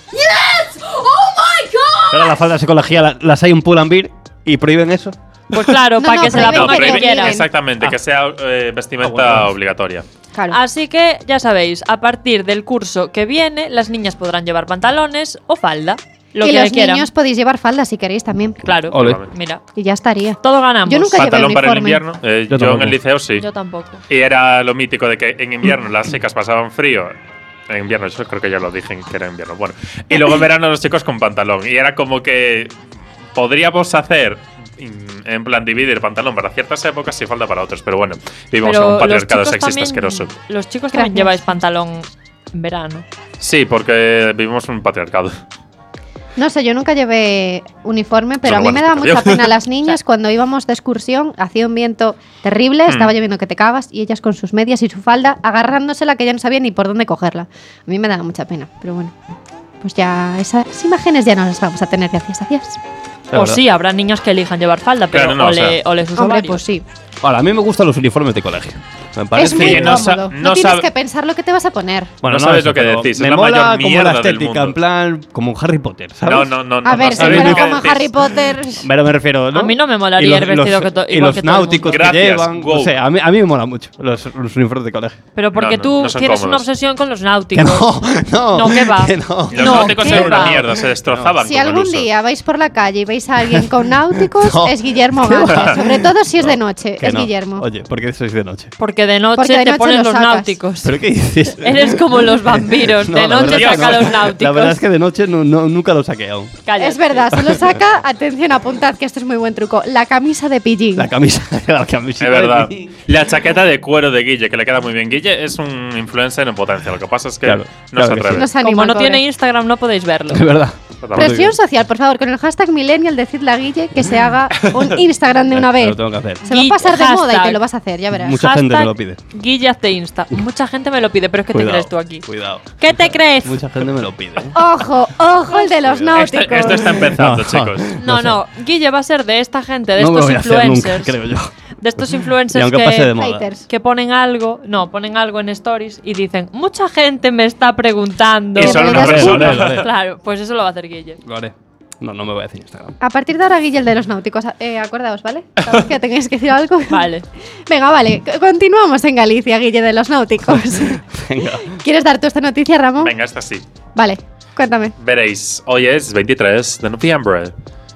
[SPEAKER 3] Ahora las faldas de colegía la- las hay en Pull&Bear y prohíben eso.
[SPEAKER 4] Pues claro,
[SPEAKER 2] No,
[SPEAKER 4] para
[SPEAKER 2] no,
[SPEAKER 4] que se la
[SPEAKER 2] prohíbe
[SPEAKER 5] No,
[SPEAKER 4] ponga
[SPEAKER 5] pero
[SPEAKER 4] quien
[SPEAKER 2] prohíbe-
[SPEAKER 4] quiera. Ah.
[SPEAKER 5] exactamente, que sea eh, vestimenta
[SPEAKER 3] Ah, bueno.
[SPEAKER 5] obligatoria.
[SPEAKER 2] Claro.
[SPEAKER 4] Así que ya sabéis, a partir del curso que viene, las niñas podrán llevar pantalones o falda, lo
[SPEAKER 2] y
[SPEAKER 4] que
[SPEAKER 2] los
[SPEAKER 4] quieran.
[SPEAKER 2] niños podéis llevar faldas si queréis también.
[SPEAKER 4] Claro,
[SPEAKER 3] Ole.
[SPEAKER 4] mira,
[SPEAKER 2] Y ya estaría.
[SPEAKER 4] todo ganamos.
[SPEAKER 2] Yo nunca- llevé
[SPEAKER 5] Pantalón para el
[SPEAKER 2] uniforme.
[SPEAKER 5] invierno. eh,
[SPEAKER 3] Yo
[SPEAKER 5] yo, en
[SPEAKER 3] tampoco.
[SPEAKER 5] el liceo sí.
[SPEAKER 4] Yo tampoco.
[SPEAKER 5] Y era lo mítico de que en invierno las chicas pasaban frío. En invierno, yo creo que ya lo dije en que era invierno. Bueno, y luego en verano los chicos con pantalón. Y era como que podríamos hacer, mm, en plan, dividir pantalón para ciertas épocas y falda para otras. Pero bueno, vivimos en un
[SPEAKER 4] Pero los
[SPEAKER 5] patriarcado
[SPEAKER 4] chicos,
[SPEAKER 5] sexista
[SPEAKER 4] también,
[SPEAKER 5] asqueroso.
[SPEAKER 4] los chicos también
[SPEAKER 2] Gracias.
[SPEAKER 4] lleváis pantalón en verano.
[SPEAKER 5] Sí, porque vivimos en un patriarcado.
[SPEAKER 2] No sé, yo nunca llevé uniforme, pero a
[SPEAKER 5] Son
[SPEAKER 2] mí me daba
[SPEAKER 5] buenas que te
[SPEAKER 2] mucha
[SPEAKER 5] veo.
[SPEAKER 2] pena las
[SPEAKER 5] (laughs)
[SPEAKER 2] niñas cuando íbamos de excursión, hacía un viento
[SPEAKER 5] Hmm.
[SPEAKER 2] terrible, estaba lloviendo que te cagas y ellas con sus medias y su falda agarrándosela que ya no sabía ni por dónde cogerla. A mí me daba mucha pena, pero bueno. Pues ya esas imágenes ya no las vamos a tener gracias a Dios.
[SPEAKER 3] La
[SPEAKER 4] o
[SPEAKER 3] verdad.
[SPEAKER 4] sí, habrá niñas que elijan llevar falda, pero
[SPEAKER 5] Claro, no, o
[SPEAKER 4] ole,
[SPEAKER 5] sea.
[SPEAKER 4] ole sus
[SPEAKER 2] Hombre,
[SPEAKER 4] ovarios.
[SPEAKER 2] pues sí.
[SPEAKER 3] Ahora, a mí me gustan los uniformes de colegio. Me parece
[SPEAKER 2] es muy
[SPEAKER 5] que no
[SPEAKER 2] cómodo.
[SPEAKER 5] sa-
[SPEAKER 2] No,
[SPEAKER 5] no
[SPEAKER 2] tienes
[SPEAKER 5] sabe-
[SPEAKER 2] que pensar lo que te vas a poner.
[SPEAKER 5] No sabes lo que
[SPEAKER 3] pero
[SPEAKER 5] decís, es
[SPEAKER 3] Me
[SPEAKER 5] la
[SPEAKER 3] mola
[SPEAKER 5] mayor
[SPEAKER 3] como la
[SPEAKER 5] mierda del
[SPEAKER 3] estética,
[SPEAKER 5] mundo.
[SPEAKER 3] en plan, como un Harry Potter, ¿sabes?
[SPEAKER 5] No, no, no. no,
[SPEAKER 2] a
[SPEAKER 5] no
[SPEAKER 2] ver, si
[SPEAKER 5] sabéis
[SPEAKER 2] fuera
[SPEAKER 5] lo que
[SPEAKER 2] como
[SPEAKER 5] decís.
[SPEAKER 2] Harry
[SPEAKER 5] (laughs)
[SPEAKER 2] Potter.
[SPEAKER 3] Pero me refiero, ¿no?
[SPEAKER 4] A mí no me molaría
[SPEAKER 3] Y los-
[SPEAKER 4] el vestido
[SPEAKER 3] los-
[SPEAKER 4] que to-
[SPEAKER 3] Y
[SPEAKER 4] igual
[SPEAKER 3] los
[SPEAKER 4] que todo el
[SPEAKER 3] náuticos
[SPEAKER 5] mundo.
[SPEAKER 3] que
[SPEAKER 5] Gracias,
[SPEAKER 3] llevan.
[SPEAKER 5] wow.
[SPEAKER 3] No sé, a mí, a mí me mola mucho los, los uniformes de colegio.
[SPEAKER 4] Pero porque
[SPEAKER 5] No, no,
[SPEAKER 4] tú
[SPEAKER 5] no son
[SPEAKER 4] tienes una
[SPEAKER 5] cómodos.
[SPEAKER 4] obsesión con los náuticos.
[SPEAKER 3] Que no, (laughs) no.
[SPEAKER 4] No, que va.
[SPEAKER 3] Que no.
[SPEAKER 5] Los
[SPEAKER 4] No,
[SPEAKER 5] náuticos
[SPEAKER 4] ¿qué
[SPEAKER 5] eran una
[SPEAKER 4] va?
[SPEAKER 5] mierda, se destrozaban.
[SPEAKER 2] Si
[SPEAKER 5] con el
[SPEAKER 2] algún
[SPEAKER 5] uso.
[SPEAKER 2] día vais por la calle y veis a alguien
[SPEAKER 5] (laughs)
[SPEAKER 2] con náuticos,
[SPEAKER 3] No.
[SPEAKER 2] es Guillermo
[SPEAKER 3] Qué
[SPEAKER 2] Gante.
[SPEAKER 3] va.
[SPEAKER 2] Sobre todo si es de noche, Eh,
[SPEAKER 3] Que
[SPEAKER 2] es
[SPEAKER 3] no.
[SPEAKER 2] Guillermo.
[SPEAKER 3] Oye, ¿por qué sois de noche?
[SPEAKER 4] Porque de noche
[SPEAKER 2] Porque de
[SPEAKER 4] te
[SPEAKER 2] noche
[SPEAKER 4] pones
[SPEAKER 2] los
[SPEAKER 4] los
[SPEAKER 2] sacas.
[SPEAKER 4] náuticos.
[SPEAKER 3] ¿Pero qué dices?
[SPEAKER 4] (laughs) Eres como los vampiros.
[SPEAKER 3] No,
[SPEAKER 4] de
[SPEAKER 3] la
[SPEAKER 4] noche
[SPEAKER 5] verdad
[SPEAKER 4] saca
[SPEAKER 5] que no.
[SPEAKER 4] los náuticos.
[SPEAKER 3] La verdad es que de noche no, no- nunca los saqué aún.
[SPEAKER 5] Ah,
[SPEAKER 4] Cállate.
[SPEAKER 2] Es verdad, se lo
[SPEAKER 5] (laughs)
[SPEAKER 2] saca. Atención, apuntad que esto es muy buen truco. La camisa de pillín.
[SPEAKER 3] La camisa, (laughs) la camisa.
[SPEAKER 5] Es verdad.
[SPEAKER 3] (laughs)
[SPEAKER 5] La chaqueta de cuero de Guille, que le queda muy bien. Guille es un influencer en potencia. Lo que pasa es que
[SPEAKER 3] Claro,
[SPEAKER 5] no
[SPEAKER 3] claro que
[SPEAKER 5] se atreve.
[SPEAKER 2] No se anima,
[SPEAKER 4] Como
[SPEAKER 2] el
[SPEAKER 4] no
[SPEAKER 2] pobre.
[SPEAKER 4] tiene Instagram, no podéis verlo.
[SPEAKER 5] (laughs)
[SPEAKER 3] Es verdad.
[SPEAKER 2] Presión social, por favor, con el hashtag millennial decidle a Guille que se haga
[SPEAKER 5] (laughs)
[SPEAKER 2] un Instagram de una vez.
[SPEAKER 3] Lo tengo que hacer.
[SPEAKER 2] Se va a
[SPEAKER 4] Guille,
[SPEAKER 2] pasar de moda y te
[SPEAKER 4] hashtag.
[SPEAKER 2] lo vas a hacer, ya verás.
[SPEAKER 3] Mucha gente me lo pide.
[SPEAKER 4] Guille hazte Insta. Mucha gente me lo pide, pero es que
[SPEAKER 3] Cuidado,
[SPEAKER 4] te crees tú aquí.
[SPEAKER 3] Cuidado.
[SPEAKER 4] ¿Qué te
[SPEAKER 3] (laughs)
[SPEAKER 4] crees?
[SPEAKER 3] Mucha gente me lo pide. ¿eh?
[SPEAKER 2] (laughs) Ojo, ojo el de los
[SPEAKER 5] Este-
[SPEAKER 2] náuticos.
[SPEAKER 5] esto está
[SPEAKER 3] No.
[SPEAKER 5] empezando, chicos.
[SPEAKER 3] (laughs)
[SPEAKER 4] No, no, Guille va a ser de esta gente, de
[SPEAKER 3] no me lo
[SPEAKER 4] estos
[SPEAKER 3] voy a hacer
[SPEAKER 4] influencers.
[SPEAKER 3] nunca, creo yo.
[SPEAKER 4] De estos
[SPEAKER 3] Y
[SPEAKER 4] influencers
[SPEAKER 3] aunque pase de
[SPEAKER 4] que,
[SPEAKER 3] moda.
[SPEAKER 2] Haters.
[SPEAKER 4] que ponen algo, no, ponen algo en stories y dicen, mucha gente me está preguntando.
[SPEAKER 5] Y
[SPEAKER 2] Que
[SPEAKER 5] son
[SPEAKER 2] me
[SPEAKER 5] una
[SPEAKER 2] das
[SPEAKER 5] persona.
[SPEAKER 3] culo. Vale.
[SPEAKER 4] Claro, pues eso lo va a hacer Guille.
[SPEAKER 3] Lo haré. No, no me voy a
[SPEAKER 2] (laughs)
[SPEAKER 3] decir Instagram.
[SPEAKER 2] A partir de ahora, Guille, el de los náuticos. Eh, acordaos, ¿vale? Cada vez que tengáis que decir algo.
[SPEAKER 4] (laughs) Vale.
[SPEAKER 2] Venga, vale. c- Continuamos en Galicia, Guille, de los náuticos.
[SPEAKER 5] (laughs)
[SPEAKER 3] Venga.
[SPEAKER 2] ¿Quieres dar tú esta noticia, Ramón?
[SPEAKER 5] Venga, esta sí.
[SPEAKER 2] Vale, cuéntame.
[SPEAKER 5] Veréis, hoy es 23 de noviembre.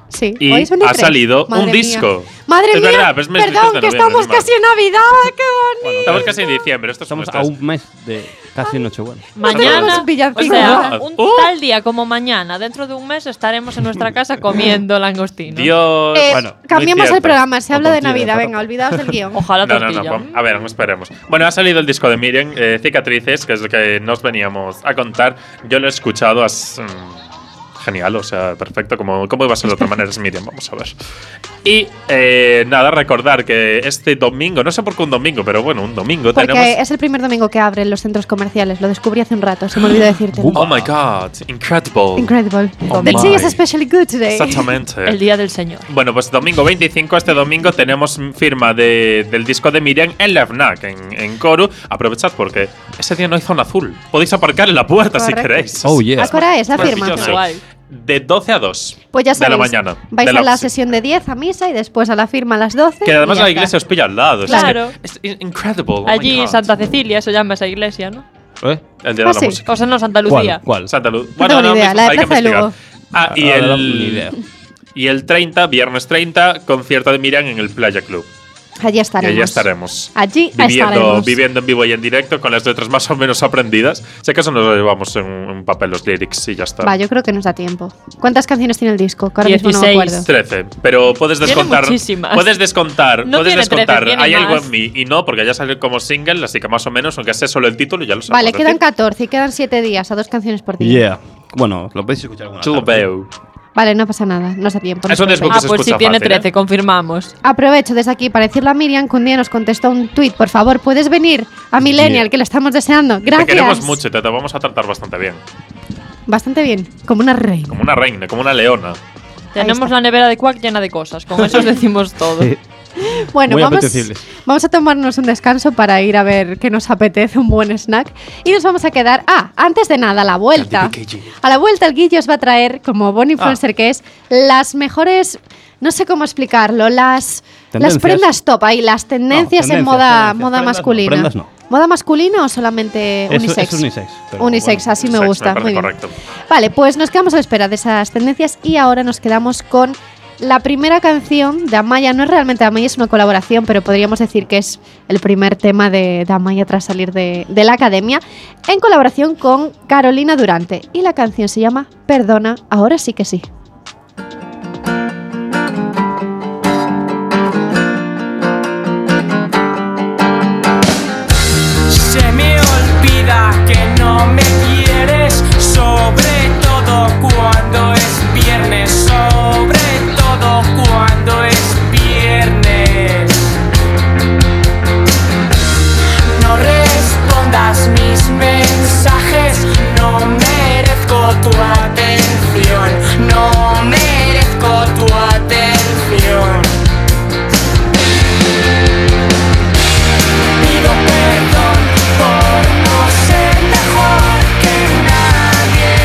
[SPEAKER 2] Sí.
[SPEAKER 5] Y
[SPEAKER 2] hoy es 23.
[SPEAKER 5] ha salido un
[SPEAKER 2] Madre mía.
[SPEAKER 5] disco.
[SPEAKER 2] Madre
[SPEAKER 5] Es
[SPEAKER 2] mía.
[SPEAKER 5] verdad, pero es mes- mes
[SPEAKER 2] Perdón,
[SPEAKER 5] de
[SPEAKER 2] que
[SPEAKER 5] noviembre,
[SPEAKER 2] estamos
[SPEAKER 5] es mal.
[SPEAKER 2] casi en Navidad. ¡Qué bonito!
[SPEAKER 5] Estamos casi en diciembre. Esto es
[SPEAKER 3] Estamos
[SPEAKER 5] un
[SPEAKER 3] a
[SPEAKER 5] estrés.
[SPEAKER 3] un mes de casi Nochebuena.
[SPEAKER 4] Mañana,
[SPEAKER 2] tenemos villancico,
[SPEAKER 4] o sea,
[SPEAKER 5] ¿verdad?
[SPEAKER 4] un
[SPEAKER 5] ¡Oh!
[SPEAKER 4] tal día como mañana, dentro de un mes estaremos en
[SPEAKER 3] (laughs)
[SPEAKER 4] nuestra casa comiendo langostino.
[SPEAKER 5] Dios.
[SPEAKER 2] Eh,
[SPEAKER 5] bueno, muy
[SPEAKER 2] cambiemos el
[SPEAKER 5] cierto.
[SPEAKER 2] programa, se
[SPEAKER 3] O
[SPEAKER 2] habla de
[SPEAKER 3] tortilla de
[SPEAKER 2] Navidad,
[SPEAKER 3] patata.
[SPEAKER 2] venga, olvidaos del guión.
[SPEAKER 4] Ojalá
[SPEAKER 5] No, no,
[SPEAKER 4] tortilla. ¿eh?
[SPEAKER 5] no, vam- a ver, no esperemos. Bueno, ha salido el disco de Miriam, eh, Cicatrices, que es lo que nos veníamos a contar. Yo lo he escuchado, as- mm, genial, o sea, perfecto. como cómo iba a ser de otra manera? Es Miriam, vamos a ver. Y eh, nada, recordar que este domingo, no sé por qué un domingo, pero bueno, un domingo
[SPEAKER 2] Porque
[SPEAKER 5] tenemos.
[SPEAKER 2] es el primer domingo que abren los centros comerciales, lo descubrí hace un rato, se me olvidó decirte.
[SPEAKER 5] Oh my god, incredible.
[SPEAKER 2] Incredible.
[SPEAKER 5] Oh
[SPEAKER 2] The
[SPEAKER 5] my.
[SPEAKER 2] tea is especially good today.
[SPEAKER 5] Exactamente.
[SPEAKER 4] El día del señor.
[SPEAKER 3] Oh,
[SPEAKER 5] Bueno, pues domingo 25, este domingo tenemos firma de- del disco de Miriam en la FNAC, en, en Coru. Aprovechad porque ese día no hay zona azul. Podéis aparcar en la puerta si
[SPEAKER 2] Correcto.
[SPEAKER 5] queréis.
[SPEAKER 3] Oh, yeah.
[SPEAKER 2] ¿A qué hora es la firma?
[SPEAKER 5] Maravilloso.
[SPEAKER 4] Guay.
[SPEAKER 5] De 12 a 2.
[SPEAKER 2] Pues ya
[SPEAKER 5] De la
[SPEAKER 2] sabéis,
[SPEAKER 5] mañana.
[SPEAKER 2] vais
[SPEAKER 5] De
[SPEAKER 2] a la
[SPEAKER 5] oficina.
[SPEAKER 2] sesión de 10 a misa y después a la firma a las 12.
[SPEAKER 5] Que
[SPEAKER 2] y
[SPEAKER 5] además
[SPEAKER 2] ya
[SPEAKER 5] la
[SPEAKER 2] está.
[SPEAKER 5] iglesia os pilla al lado. Es que
[SPEAKER 4] Claro.
[SPEAKER 5] Es, in- incredible. Oh my
[SPEAKER 4] Allí
[SPEAKER 5] God.
[SPEAKER 4] Santa Cecilia se llama esa iglesia, ¿no?
[SPEAKER 3] ¿Eh?
[SPEAKER 5] El día
[SPEAKER 2] Ah,
[SPEAKER 5] de la
[SPEAKER 2] sí.
[SPEAKER 5] música.
[SPEAKER 4] O sea, no, Santa Lucía.
[SPEAKER 3] ¿Cuál? ¿Cuál?
[SPEAKER 5] Santa Luz.
[SPEAKER 2] tengo ni idea,
[SPEAKER 5] mismo,
[SPEAKER 2] la de
[SPEAKER 5] hay que
[SPEAKER 2] Plaza de Lugo.
[SPEAKER 5] investigar. Ah, y
[SPEAKER 3] Ahora,
[SPEAKER 5] el,
[SPEAKER 3] ni idea.
[SPEAKER 5] y el 30, viernes 30, concierto de Miriam en el Playa Club.
[SPEAKER 2] Allí estaremos.
[SPEAKER 5] Y allí estaremos.
[SPEAKER 2] Allí
[SPEAKER 5] Viviendo,
[SPEAKER 2] estaremos.
[SPEAKER 5] viviendo en vivo y en directo, con las letras más o menos aprendidas. Sé que eso nos lo llevamos en un papel, los lyrics, y ya está.
[SPEAKER 2] Va, yo creo que nos da tiempo. ¿Cuántas canciones tiene el disco? Que ahora mismo no me
[SPEAKER 4] 16.
[SPEAKER 2] acuerdo.
[SPEAKER 5] 13. Pero puedes
[SPEAKER 4] Tiene
[SPEAKER 5] descontar.
[SPEAKER 4] muchísimas.
[SPEAKER 5] Puedes descontar.
[SPEAKER 4] No
[SPEAKER 5] puedes
[SPEAKER 4] tiene 13,
[SPEAKER 5] descontar.
[SPEAKER 4] tiene
[SPEAKER 5] Hay algo
[SPEAKER 4] más.
[SPEAKER 5] en mí. Y no, porque ya salió como single, así que más o menos, aunque sea solo el título, ya lo sabemos.
[SPEAKER 2] Vale, quedan 14 y quedan 7 días a dos canciones por día.
[SPEAKER 3] Yeah. Bueno, lo podéis escuchar alguna
[SPEAKER 5] Chulo
[SPEAKER 3] tarde.
[SPEAKER 5] veo.
[SPEAKER 2] Vale, no pasa nada, no se tiempo. no
[SPEAKER 5] Es un
[SPEAKER 2] os preocupéis.
[SPEAKER 5] desbloqueo.
[SPEAKER 4] Ah,
[SPEAKER 5] se
[SPEAKER 4] pues sí
[SPEAKER 5] escucha
[SPEAKER 4] tiene
[SPEAKER 5] fácil, ¿eh?
[SPEAKER 4] 13, confirmamos.
[SPEAKER 2] Aprovecho desde aquí para decirle a Miriam que un día nos contestó un tuit. Por favor, puedes venir a Millennial,
[SPEAKER 3] Yeah.
[SPEAKER 2] que lo estamos deseando. Gracias.
[SPEAKER 5] Te queremos mucho y te, te vamos a tratar bastante bien.
[SPEAKER 2] Bastante bien, como una reina.
[SPEAKER 5] Como una reina, como una leona.
[SPEAKER 4] Tenemos
[SPEAKER 2] está.
[SPEAKER 4] la nevera de Quack llena de cosas,
[SPEAKER 2] (laughs)
[SPEAKER 4] con eso os decimos todo.
[SPEAKER 2] Bueno,
[SPEAKER 3] Muy
[SPEAKER 2] vamos,
[SPEAKER 3] apetecibles.
[SPEAKER 2] vamos a tomarnos un descanso para ir a ver qué nos apetece, un buen snack. Y nos vamos a quedar. Ah, antes de nada, a la vuelta. A la vuelta, el Guille os va a traer, como
[SPEAKER 3] Ah.
[SPEAKER 2] buen influencer que es, las mejores. No sé cómo explicarlo, las, las
[SPEAKER 3] Tendencias.
[SPEAKER 2] prendas top ahí, las tendencias, en
[SPEAKER 3] tendencias,
[SPEAKER 2] moda, moda
[SPEAKER 3] tendencias. Prendas no,
[SPEAKER 2] masculina.
[SPEAKER 3] prendas no.
[SPEAKER 2] ¿Moda masculina o solamente
[SPEAKER 3] Es-
[SPEAKER 2] unisex?
[SPEAKER 3] es unisex, pero
[SPEAKER 2] Unisex,
[SPEAKER 3] bueno,
[SPEAKER 2] así me
[SPEAKER 5] Sex,
[SPEAKER 2] gusta.
[SPEAKER 5] parece
[SPEAKER 2] muy bien.
[SPEAKER 5] correcto.
[SPEAKER 2] Vale, pues nos quedamos a la espera de esas tendencias y ahora nos quedamos con la primera canción de Amaya. No es realmente Amaya, es una colaboración, pero podríamos decir que es el primer tema de, de Amaya tras salir de, de la academia, en colaboración con Carolina Durante. Y la canción se llama Perdona, ahora sí que sí.
[SPEAKER 7] Se me olvida que no me quieres, sobre todo cuando es viernes, sobre todo cuando es viernes. No respondas mis mensajes, no merezco tu atención, no merezco tu atención. Pido perdón por no ser mejor que nadie.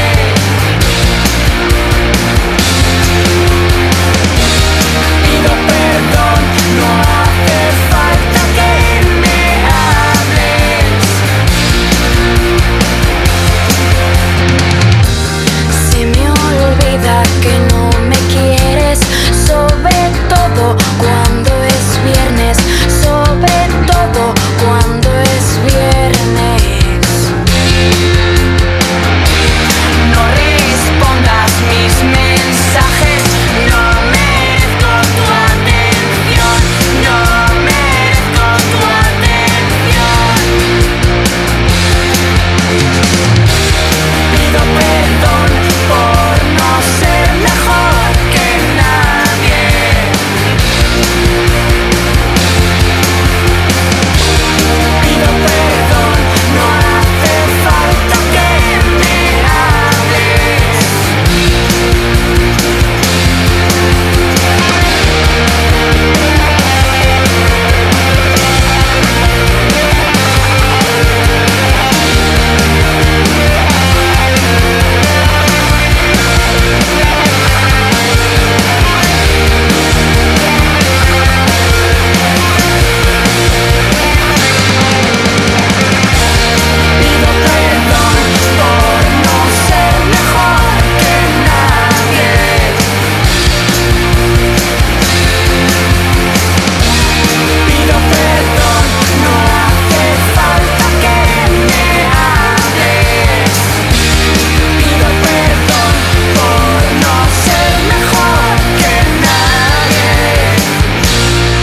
[SPEAKER 7] Pido perdón, no hace falta que me hables.
[SPEAKER 6] Se me olvida que no me quieres, sobre todo cuando es viernes, sobre todo cuando es viernes.
[SPEAKER 7] No respondas mis mensajes, no merezco tu atención, no merezco tu atención. Pido perdón por no ser mejor que nadie. Pido perdón, no hace falta que me hables. Pido perdón por no ser mejor que nadie. Pido perdón, no hace falta que me hables. Pido perdón por no ser mejor que nadie.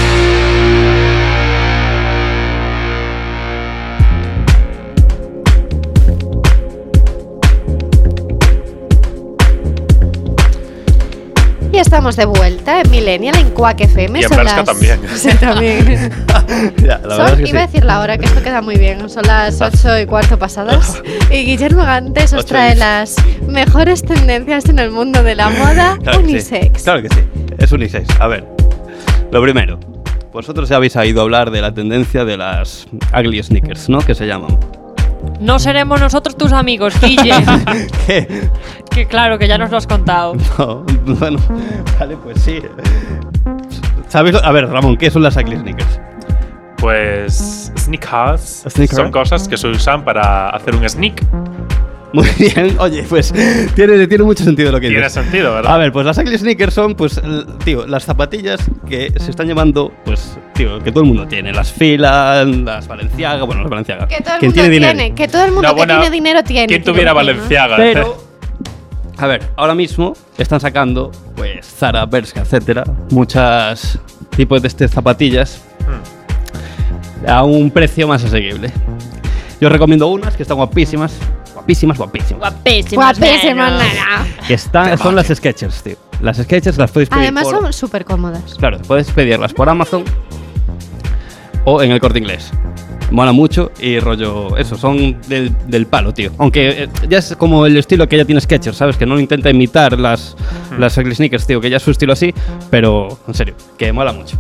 [SPEAKER 2] Y estamos de vuelta en Millennial, en Quack FM.
[SPEAKER 5] Y en
[SPEAKER 2] Son
[SPEAKER 5] Berska
[SPEAKER 2] las-
[SPEAKER 5] también.
[SPEAKER 2] (laughs) Sí, también.
[SPEAKER 3] Ya, la verdad
[SPEAKER 2] Son-
[SPEAKER 3] es que
[SPEAKER 2] iba a
[SPEAKER 3] sí.
[SPEAKER 2] decir la hora, que esto queda muy bien. Son las 8 y cuarto
[SPEAKER 3] (laughs)
[SPEAKER 2] pasadas. Y Guillermo Gantes os
[SPEAKER 3] Ocho y
[SPEAKER 2] trae
[SPEAKER 3] diez.
[SPEAKER 2] las mejores tendencias en el mundo de la
[SPEAKER 3] (laughs)
[SPEAKER 2] moda
[SPEAKER 3] Claro que sí.
[SPEAKER 2] unisex.
[SPEAKER 3] Claro que sí, es unisex. A ver, lo primero, vosotros ya habéis oído hablar de la tendencia de las ugly sneakers, ¿no? Que se llaman.
[SPEAKER 4] No seremos nosotros tus amigos,
[SPEAKER 2] (laughs)
[SPEAKER 4] Guille.
[SPEAKER 5] Ah.
[SPEAKER 3] (laughs) ¿Qué?
[SPEAKER 4] que claro, que ya nos lo has contado.
[SPEAKER 3] (laughs) No, bueno, vale, pues sí. ¿Sabéis? lo- A ver, Ramón, ¿qué son las ugly sneakers? (laughs)
[SPEAKER 5] Pues sneakers
[SPEAKER 3] Sneaker.
[SPEAKER 5] son cosas que se usan para hacer un sneak
[SPEAKER 3] Muy bien, oye, pues tiene, tiene mucho sentido lo que
[SPEAKER 5] Tiene
[SPEAKER 3] dices.
[SPEAKER 5] sentido, ¿verdad?
[SPEAKER 3] A ver, pues las ugly sneakers son, pues, l- tío, las zapatillas que se están llevando, pues, tío, que todo el mundo tiene. Las filas, las Valenciaga, bueno, las Valenciaga.
[SPEAKER 2] Que todo el
[SPEAKER 3] Quien
[SPEAKER 2] mundo tiene,
[SPEAKER 3] dinero.
[SPEAKER 2] que todo el mundo
[SPEAKER 5] Una
[SPEAKER 2] que
[SPEAKER 5] buena-
[SPEAKER 2] tiene dinero tiene.
[SPEAKER 5] ¿Quién
[SPEAKER 2] tío,
[SPEAKER 5] tuviera ¿eh?
[SPEAKER 2] ¿no?
[SPEAKER 5] Valenciaga?
[SPEAKER 4] Pero-
[SPEAKER 3] A ver, ahora mismo están sacando, pues, Zara, Berska, etcétera, muchas tipos de este zapatillas a un precio más asequible. Yo os recomiendo unas que están guapísimas, guapísimas, guapísimas.
[SPEAKER 1] Guapísimo.
[SPEAKER 2] Guapísimo, nana.
[SPEAKER 3] Que están, son las Sketchers, tío. Las Sketchers las podéis pedir
[SPEAKER 2] Además
[SPEAKER 3] por-
[SPEAKER 2] son súper cómodas.
[SPEAKER 3] Claro, puedes pedirlas por Amazon o en el corte inglés. Mola mucho y rollo. Eso, son del, del palo, tío. Aunque eh, ya es como el estilo que ya tiene Sketchers, ¿sabes? Que no intenta imitar las, las ugly sneakers, tío, que ya es su estilo así, pero en serio, que mola mucho.